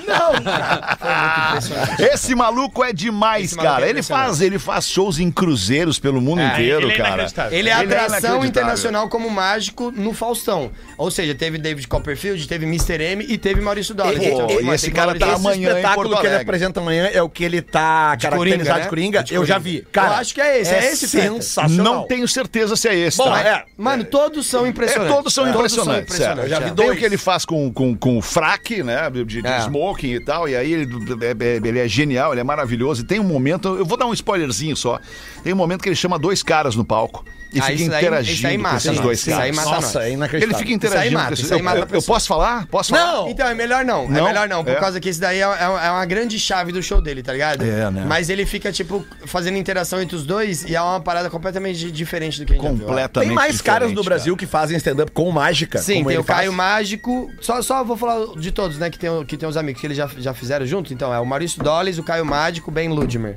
[SPEAKER 5] Não! Não! Cara, Foi muito impressionante.
[SPEAKER 4] Esse maluco é demais,
[SPEAKER 5] Esse maluco
[SPEAKER 4] cara.
[SPEAKER 5] é
[SPEAKER 4] ele faz, ele faz shows em cruzeiros pelo mundo
[SPEAKER 8] É,
[SPEAKER 4] inteiro,
[SPEAKER 8] ele é
[SPEAKER 4] cara.
[SPEAKER 8] inacreditável.
[SPEAKER 5] Ele é
[SPEAKER 4] Ele é
[SPEAKER 5] atração
[SPEAKER 4] inacreditável.
[SPEAKER 5] internacional como mágico no Faustão. Ou seja, teve David Copperfield, teve Mr. M e teve Maurício Dória.
[SPEAKER 7] Pô,
[SPEAKER 5] Gente, eu-
[SPEAKER 7] e
[SPEAKER 5] mano,
[SPEAKER 4] esse
[SPEAKER 5] tem que
[SPEAKER 4] cara tá
[SPEAKER 5] valorizar
[SPEAKER 7] Esse
[SPEAKER 5] esses-
[SPEAKER 4] amanhã em Porto
[SPEAKER 7] espetáculo que ele
[SPEAKER 4] Alegre.
[SPEAKER 7] apresenta amanhã é o que ele tá
[SPEAKER 5] Coringa,
[SPEAKER 7] caracterizado
[SPEAKER 5] né?
[SPEAKER 7] de Coringa.
[SPEAKER 5] De
[SPEAKER 7] Eu já
[SPEAKER 5] Coringa.
[SPEAKER 7] vi. Cara,
[SPEAKER 5] Eu acho que é esse, é esse Feta.
[SPEAKER 7] sensacional.
[SPEAKER 4] Não tenho certeza se é esse,
[SPEAKER 7] Bom,
[SPEAKER 4] tá?
[SPEAKER 7] é,
[SPEAKER 5] Mano, todos são
[SPEAKER 4] É,
[SPEAKER 5] impressionantes.
[SPEAKER 4] todos são impressionantes. sério.
[SPEAKER 5] impressionantes,
[SPEAKER 4] Eu já vi
[SPEAKER 5] é.
[SPEAKER 4] Tem o que ele faz com, com, com o fraque, né? De, de
[SPEAKER 5] É.
[SPEAKER 4] smoking e tal. E aí ele é, é- ele é genial, ele é maravilhoso. E tem um momento, eu vou dar um spoilerzinho só. Tem um momento que ele chama dois caras no palco e
[SPEAKER 5] Ah,
[SPEAKER 4] fica
[SPEAKER 5] isso daí- isso
[SPEAKER 4] interagindo
[SPEAKER 5] daí
[SPEAKER 4] com
[SPEAKER 5] mata,
[SPEAKER 4] esses
[SPEAKER 5] né?
[SPEAKER 4] dois
[SPEAKER 5] Isso
[SPEAKER 4] caras.
[SPEAKER 5] daí mata
[SPEAKER 7] Nossa,
[SPEAKER 5] nós.
[SPEAKER 7] é
[SPEAKER 4] Ele
[SPEAKER 7] inacreditável.
[SPEAKER 4] fica interagindo.
[SPEAKER 5] mata,
[SPEAKER 4] com esses-
[SPEAKER 5] isso aí
[SPEAKER 4] eu-
[SPEAKER 5] mata a
[SPEAKER 4] eu, eu
[SPEAKER 5] pessoa.
[SPEAKER 4] posso falar? Posso falar?
[SPEAKER 5] Então, é melhor não. É
[SPEAKER 4] Não?
[SPEAKER 5] melhor não, por
[SPEAKER 4] É.
[SPEAKER 5] causa que isso daí é, é uma- é uma grande chave do show dele, tá ligado?
[SPEAKER 4] É, né?
[SPEAKER 5] Mas ele fica, tipo, fazendo interação entre os dois e é uma parada completamente di- diferente do que a gente já viu. né?
[SPEAKER 4] Completamente.
[SPEAKER 7] Tem mais caras
[SPEAKER 4] diferente,
[SPEAKER 7] do Brasil que fazem stand-up com mágica.
[SPEAKER 5] Sim,
[SPEAKER 7] como
[SPEAKER 5] tem
[SPEAKER 7] ele
[SPEAKER 5] o Caio
[SPEAKER 7] faz.
[SPEAKER 5] Mágico. Só, só vou falar de todos, né? Que tem, o- que tem os amigos que eles já, já fizeram junto. Então, é o Maurício Dolles, o Caio Mágico, o Ben Ludmer.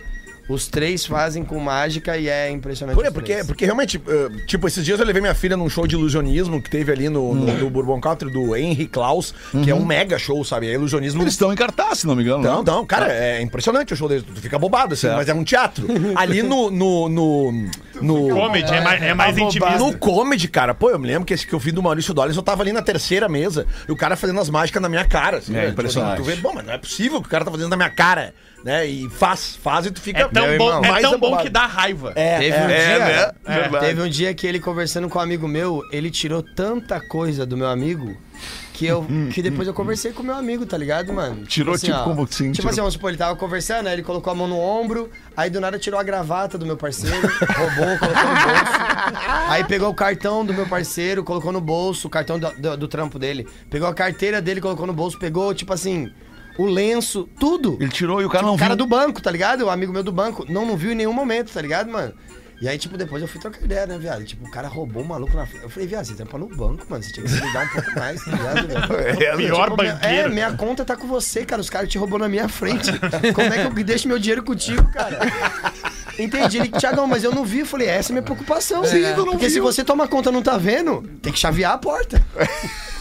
[SPEAKER 5] Os três fazem com mágica e é impressionante.
[SPEAKER 7] Por-
[SPEAKER 5] os
[SPEAKER 7] porque,
[SPEAKER 5] três.
[SPEAKER 7] porque realmente, eh, tipo, esses dias eu levei minha filha num show de ilusionismo que teve ali no, no- do Bourbon Country do Henry Klaus, que é um mega show, sabe? É ilusionismo.
[SPEAKER 4] Eles estão em cartaz, se não me engano.
[SPEAKER 7] Não,
[SPEAKER 4] né?
[SPEAKER 7] não, cara, é impressionante o show deles. Tu fica bobado, assim, mas é um teatro. Ali no. No. No. no
[SPEAKER 8] Comedy é mais, é mais intimista.
[SPEAKER 7] No comedy, cara, pô, eu me lembro que esse que eu vi do Maurício Dollars, eu tava ali na terceira mesa e o cara fazendo as mágicas na minha cara. assim,
[SPEAKER 4] É,
[SPEAKER 7] né? Tipo,
[SPEAKER 4] impressionante.
[SPEAKER 7] Tu vê, bom, mas não é possível que o cara tá fazendo na minha cara, né? E faz, faz e tu fica.
[SPEAKER 8] É tão
[SPEAKER 7] Meu
[SPEAKER 8] bom,
[SPEAKER 7] irmão,
[SPEAKER 8] é
[SPEAKER 7] mais
[SPEAKER 8] tão bom
[SPEAKER 7] abobado.
[SPEAKER 8] que dá raiva.
[SPEAKER 7] É,
[SPEAKER 5] Teve um
[SPEAKER 7] é,
[SPEAKER 5] dia.
[SPEAKER 4] Então,
[SPEAKER 8] É.
[SPEAKER 5] Teve um dia que ele conversando com um amigo meu, ele tirou tanta coisa do meu amigo que eu que depois eu conversei com o meu amigo, tá ligado, mano?
[SPEAKER 4] Hum, Tirou, tipo,
[SPEAKER 5] ó,
[SPEAKER 4] como assim,
[SPEAKER 5] Tipo
[SPEAKER 4] tirou?
[SPEAKER 5] assim, vamos supor, ele tava conversando, aí ele colocou a mão no ombro, aí do nada tirou a gravata do meu parceiro, roubou, colocou no bolso. Aí pegou o cartão do meu parceiro, colocou no bolso, o cartão do, do- do trampo dele. Pegou a carteira dele, colocou no bolso, pegou, tipo assim, o lenço, tudo.
[SPEAKER 4] Ele tirou e Tipo, o cara não
[SPEAKER 5] O cara
[SPEAKER 4] viu.
[SPEAKER 5] do banco, tá ligado? O amigo meu do banco. Não, não viu em nenhum momento, tá ligado, mano? E aí, tipo, depois eu fui trocar ideia, né, viado? Tipo, o cara roubou o maluco na frente. Eu falei, viado, você tampa no banco, mano. Você tinha que se ligar um pouco mais, tá ligado? velho?
[SPEAKER 4] É,
[SPEAKER 8] pior
[SPEAKER 5] Tipo, minha- É,
[SPEAKER 8] banqueiro.
[SPEAKER 5] minha conta tá com você, cara. Os caras te roubou na minha frente. Como é que eu deixo meu dinheiro contigo, cara? Entendi. Ele, Tiagão, mas eu não vi. Eu falei, essa é minha preocupação. Sim,
[SPEAKER 4] tu não
[SPEAKER 5] Porque se
[SPEAKER 4] viu.
[SPEAKER 5] você toma conta e não tá vendo, tem que chavear a porta.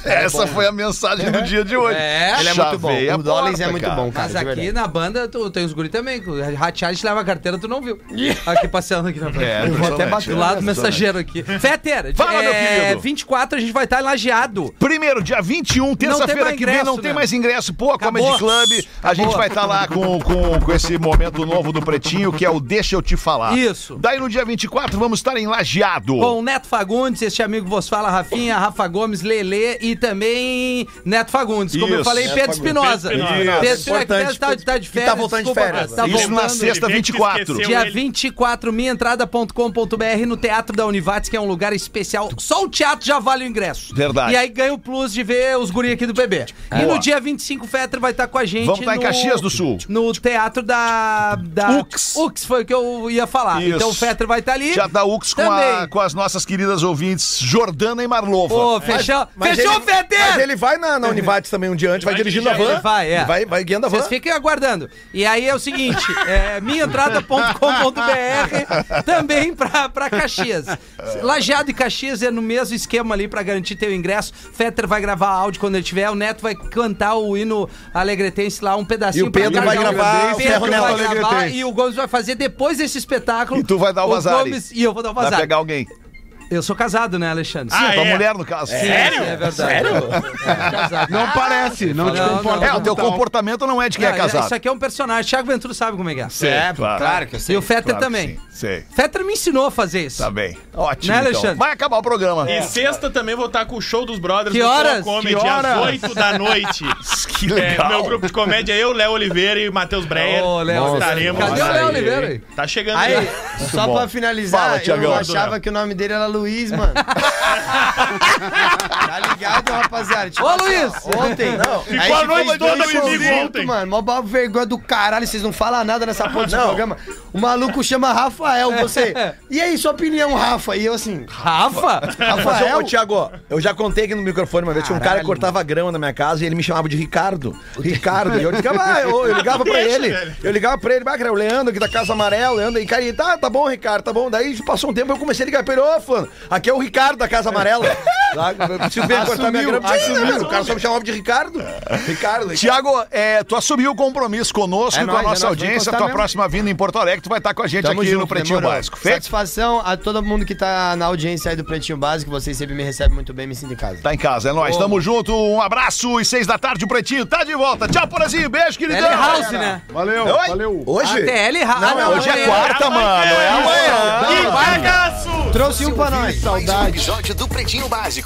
[SPEAKER 4] Essa foi a mensagem do dia de hoje.
[SPEAKER 6] É.
[SPEAKER 5] Ele é muito bom.
[SPEAKER 4] Chavei a
[SPEAKER 5] O Dollars é
[SPEAKER 4] porta,
[SPEAKER 5] muito
[SPEAKER 4] cara.
[SPEAKER 5] bom, cara.
[SPEAKER 6] Mas
[SPEAKER 5] de
[SPEAKER 6] aqui
[SPEAKER 5] verdade.
[SPEAKER 6] na banda tu, tem os guri também. Ratear, te leva a carteira, tu não viu. Aqui passeando aqui na frente.
[SPEAKER 4] É,
[SPEAKER 5] Eu vou até
[SPEAKER 4] impressionante,
[SPEAKER 5] bater
[SPEAKER 4] é.
[SPEAKER 6] Do lado do mensageiro aqui. Fetter, é,
[SPEAKER 4] Fala, meu querido.
[SPEAKER 6] 24 a gente vai estar em lajeado.
[SPEAKER 4] Primeiro, dia 21, terça-feira
[SPEAKER 6] mais
[SPEAKER 4] que vem,
[SPEAKER 6] ingresso,
[SPEAKER 4] não tem
[SPEAKER 6] né?
[SPEAKER 4] mais ingresso. Pô, a
[SPEAKER 6] Acabou.
[SPEAKER 4] Comedy Club. A gente vai estar lá com, com, com esse momento novo do Pretinho, que é o Deixa Eu Te Falar.
[SPEAKER 6] Isso.
[SPEAKER 4] Daí no dia 24, vamos estar em Lajeado.
[SPEAKER 6] Com o Neto Fagundes, este amigo que vos fala, Rafinha, Rafa Gomes, Lelê e também Neto Fagundes. Como eu
[SPEAKER 4] Isso.
[SPEAKER 6] falei,
[SPEAKER 4] Neto
[SPEAKER 6] Pedro Espinosa.
[SPEAKER 8] Pedro Espinosa.
[SPEAKER 6] Pedro
[SPEAKER 7] Isso.
[SPEAKER 6] Espinosa que tá-
[SPEAKER 7] Importante,
[SPEAKER 6] tá, tá de
[SPEAKER 7] que
[SPEAKER 6] férias.
[SPEAKER 7] tá voltando de
[SPEAKER 6] desculpa,
[SPEAKER 7] férias.
[SPEAKER 6] Tá
[SPEAKER 4] Isso na
[SPEAKER 6] voltando.
[SPEAKER 4] sexta,
[SPEAKER 8] Ele vem que
[SPEAKER 4] 24.
[SPEAKER 8] esqueceu.
[SPEAKER 6] Dia
[SPEAKER 8] ele.
[SPEAKER 6] 24, minhaentrada.com.br no Teatro da Univates, que é um lugar especial. Só o teatro já vale o ingresso.
[SPEAKER 4] Verdade.
[SPEAKER 6] E aí ganha o plus de ver os guri aqui do bebê. E no dia 25, o Fetter vai estar com a gente.
[SPEAKER 4] Vamos tá em
[SPEAKER 6] no-
[SPEAKER 4] Caxias do Sul.
[SPEAKER 6] No Teatro da. da
[SPEAKER 4] Ux.
[SPEAKER 6] Ux, foi o que eu ia falar.
[SPEAKER 4] Isso.
[SPEAKER 6] Então o Fetter vai estar ali.
[SPEAKER 4] Já da UX com, a-
[SPEAKER 6] Também.
[SPEAKER 4] com as nossas queridas ouvintes, Jordana e Marlova.
[SPEAKER 6] Ô, fechou.
[SPEAKER 7] Mas
[SPEAKER 6] fechou,
[SPEAKER 7] ele- Mas
[SPEAKER 6] Fetter!
[SPEAKER 7] ele vai na, na Univates também um dia antes, vai,
[SPEAKER 8] Vai
[SPEAKER 7] dirigindo a
[SPEAKER 8] dirigir,
[SPEAKER 7] van.
[SPEAKER 6] ele vai, é.
[SPEAKER 7] Vai, vai guiando a van.
[SPEAKER 6] Vocês fiquem aguardando. E aí é o seguinte, é minhaentrada.com.br também pra, pra Caxias. Lajeado e Caxias é no mesmo esquema ali pra garantir teu ingresso. Fetter vai gravar áudio quando ele tiver, o Neto vai cantar o hino alegretense lá, um pedacinho.
[SPEAKER 7] E o Pedro
[SPEAKER 6] pra
[SPEAKER 7] vai
[SPEAKER 6] cada um.
[SPEAKER 7] gravar
[SPEAKER 6] o
[SPEAKER 7] o
[SPEAKER 6] Pedro
[SPEAKER 7] Ferro
[SPEAKER 6] vai
[SPEAKER 7] Neto
[SPEAKER 6] gravar
[SPEAKER 7] Alegretense.
[SPEAKER 6] e o Gomes vai fazer depois desse espetáculo.
[SPEAKER 4] E tu vai dar o
[SPEAKER 6] Gomes
[SPEAKER 4] vazare.
[SPEAKER 6] E eu vou dar o
[SPEAKER 4] Vai
[SPEAKER 6] vazar.
[SPEAKER 4] pegar alguém.
[SPEAKER 6] Eu sou casado, né, Alexandre?
[SPEAKER 8] Ah,
[SPEAKER 4] Tua
[SPEAKER 8] é?
[SPEAKER 4] mulher, no caso.
[SPEAKER 8] Sério?
[SPEAKER 6] É verdade. Sério? Casado.
[SPEAKER 9] Não parece, não te
[SPEAKER 6] Não,
[SPEAKER 9] conforta.
[SPEAKER 4] É, o teu
[SPEAKER 9] com tal.
[SPEAKER 4] comportamento não é de quem é
[SPEAKER 6] Não,
[SPEAKER 4] casado.
[SPEAKER 6] Isso aqui é um personagem. Thiago Ventura sabe como é que é.
[SPEAKER 4] Sei,
[SPEAKER 5] é, claro. que eu sei.
[SPEAKER 6] e o Fetter
[SPEAKER 4] claro que
[SPEAKER 6] também.
[SPEAKER 4] sim, Sei.
[SPEAKER 6] Fetter me ensinou a fazer isso.
[SPEAKER 4] Tá bem. Ótimo.
[SPEAKER 6] Né,
[SPEAKER 4] então.
[SPEAKER 6] Alexandre?
[SPEAKER 4] Vai acabar o programa.
[SPEAKER 8] E sexta também vou estar com o show dos brothers
[SPEAKER 6] É. Que
[SPEAKER 8] no Flow
[SPEAKER 6] horas?
[SPEAKER 8] Comedy,
[SPEAKER 9] Que horas?
[SPEAKER 8] às 8 da noite.
[SPEAKER 4] Que
[SPEAKER 8] É,
[SPEAKER 4] legal.
[SPEAKER 8] meu grupo de comédia é eu, Léo Oliveira e Matheus Breyer.
[SPEAKER 6] Ô, Léo,
[SPEAKER 8] Estaremos
[SPEAKER 6] cadê o
[SPEAKER 8] lá.
[SPEAKER 6] Léo Oliveira aí?
[SPEAKER 8] Tá chegando
[SPEAKER 5] Aí,
[SPEAKER 8] já.
[SPEAKER 5] só
[SPEAKER 4] bom.
[SPEAKER 5] pra finalizar,
[SPEAKER 4] Fala, Thiagão.
[SPEAKER 5] eu achava que o nome dele era Luiz, mano. tá ligado, rapaziada? Tipo,
[SPEAKER 6] Ô,
[SPEAKER 5] assim,
[SPEAKER 6] Luiz!
[SPEAKER 5] ó, Ontem, não.
[SPEAKER 8] Ficou a noite toda me comigo ontem.
[SPEAKER 5] mano. Mó ba- vergonha do caralho, vocês não falam nada nessa porra de programa. O maluco chama Rafael, você... E aí, sua opinião, Rafa? E eu assim...
[SPEAKER 6] Rafa?
[SPEAKER 7] Mas,
[SPEAKER 8] Ah, é
[SPEAKER 5] Rafael?
[SPEAKER 8] um
[SPEAKER 7] ô, ô, Thiago, eu já contei aqui no microfone uma vez, tinha um cara que cortava grama na minha casa e ele me chamava de Ricardo. Ricardo. E eu ligava, ah, eu, eu ligava pra
[SPEAKER 8] Deixa,
[SPEAKER 7] ele.
[SPEAKER 8] velho.
[SPEAKER 7] Eu ligava pra ele, ah, cara, o Leandro aqui da Casa Amarela, Leandro. E cara, ele, tá, tá bom, Ricardo, tá bom. Daí passou um tempo, eu comecei a ligar pra ele, ô, fulano, aqui é o Ricardo da Casa Amarela. Lá, Eu preciso ver cortar minha grama. Sim, né, velho? O cara só me chamava de Ricardo. Ricardo.
[SPEAKER 4] Tiago, é, tu assumiu o compromisso conosco
[SPEAKER 5] É
[SPEAKER 4] e com a
[SPEAKER 5] nóis, é
[SPEAKER 4] nossa
[SPEAKER 5] nóis, vamos
[SPEAKER 4] audiência.
[SPEAKER 5] cortar
[SPEAKER 4] Tua
[SPEAKER 5] mesmo.
[SPEAKER 4] próxima vinda em Porto Alegre, tu vai estar com a gente
[SPEAKER 5] Tamo
[SPEAKER 4] aqui no
[SPEAKER 5] junto,
[SPEAKER 4] Pretinho
[SPEAKER 5] demorou.
[SPEAKER 4] Básico. Feito?
[SPEAKER 5] Satisfação a todo mundo que tá na audiência aí do Pretinho Básico. Vocês sempre me recebem muito bem, me sinto em casa.
[SPEAKER 4] Tá em casa, é nóis. Tamo junto, um abraço e seis da tarde o Pretinho tá de volta. Tchau, Porazinho.
[SPEAKER 6] L
[SPEAKER 4] Beijo, queridão.
[SPEAKER 6] House, né?
[SPEAKER 9] Valeu,
[SPEAKER 4] Oi?
[SPEAKER 9] valeu.
[SPEAKER 7] Hoje?
[SPEAKER 6] ATL House.
[SPEAKER 7] Não,
[SPEAKER 6] Ah,
[SPEAKER 4] Hoje é
[SPEAKER 6] amanhã.
[SPEAKER 4] quarta, mano. É amanhã.
[SPEAKER 8] Que bagaço!
[SPEAKER 5] Trouxe um pra nós.
[SPEAKER 2] Mais um episódio do Pretinho Básico.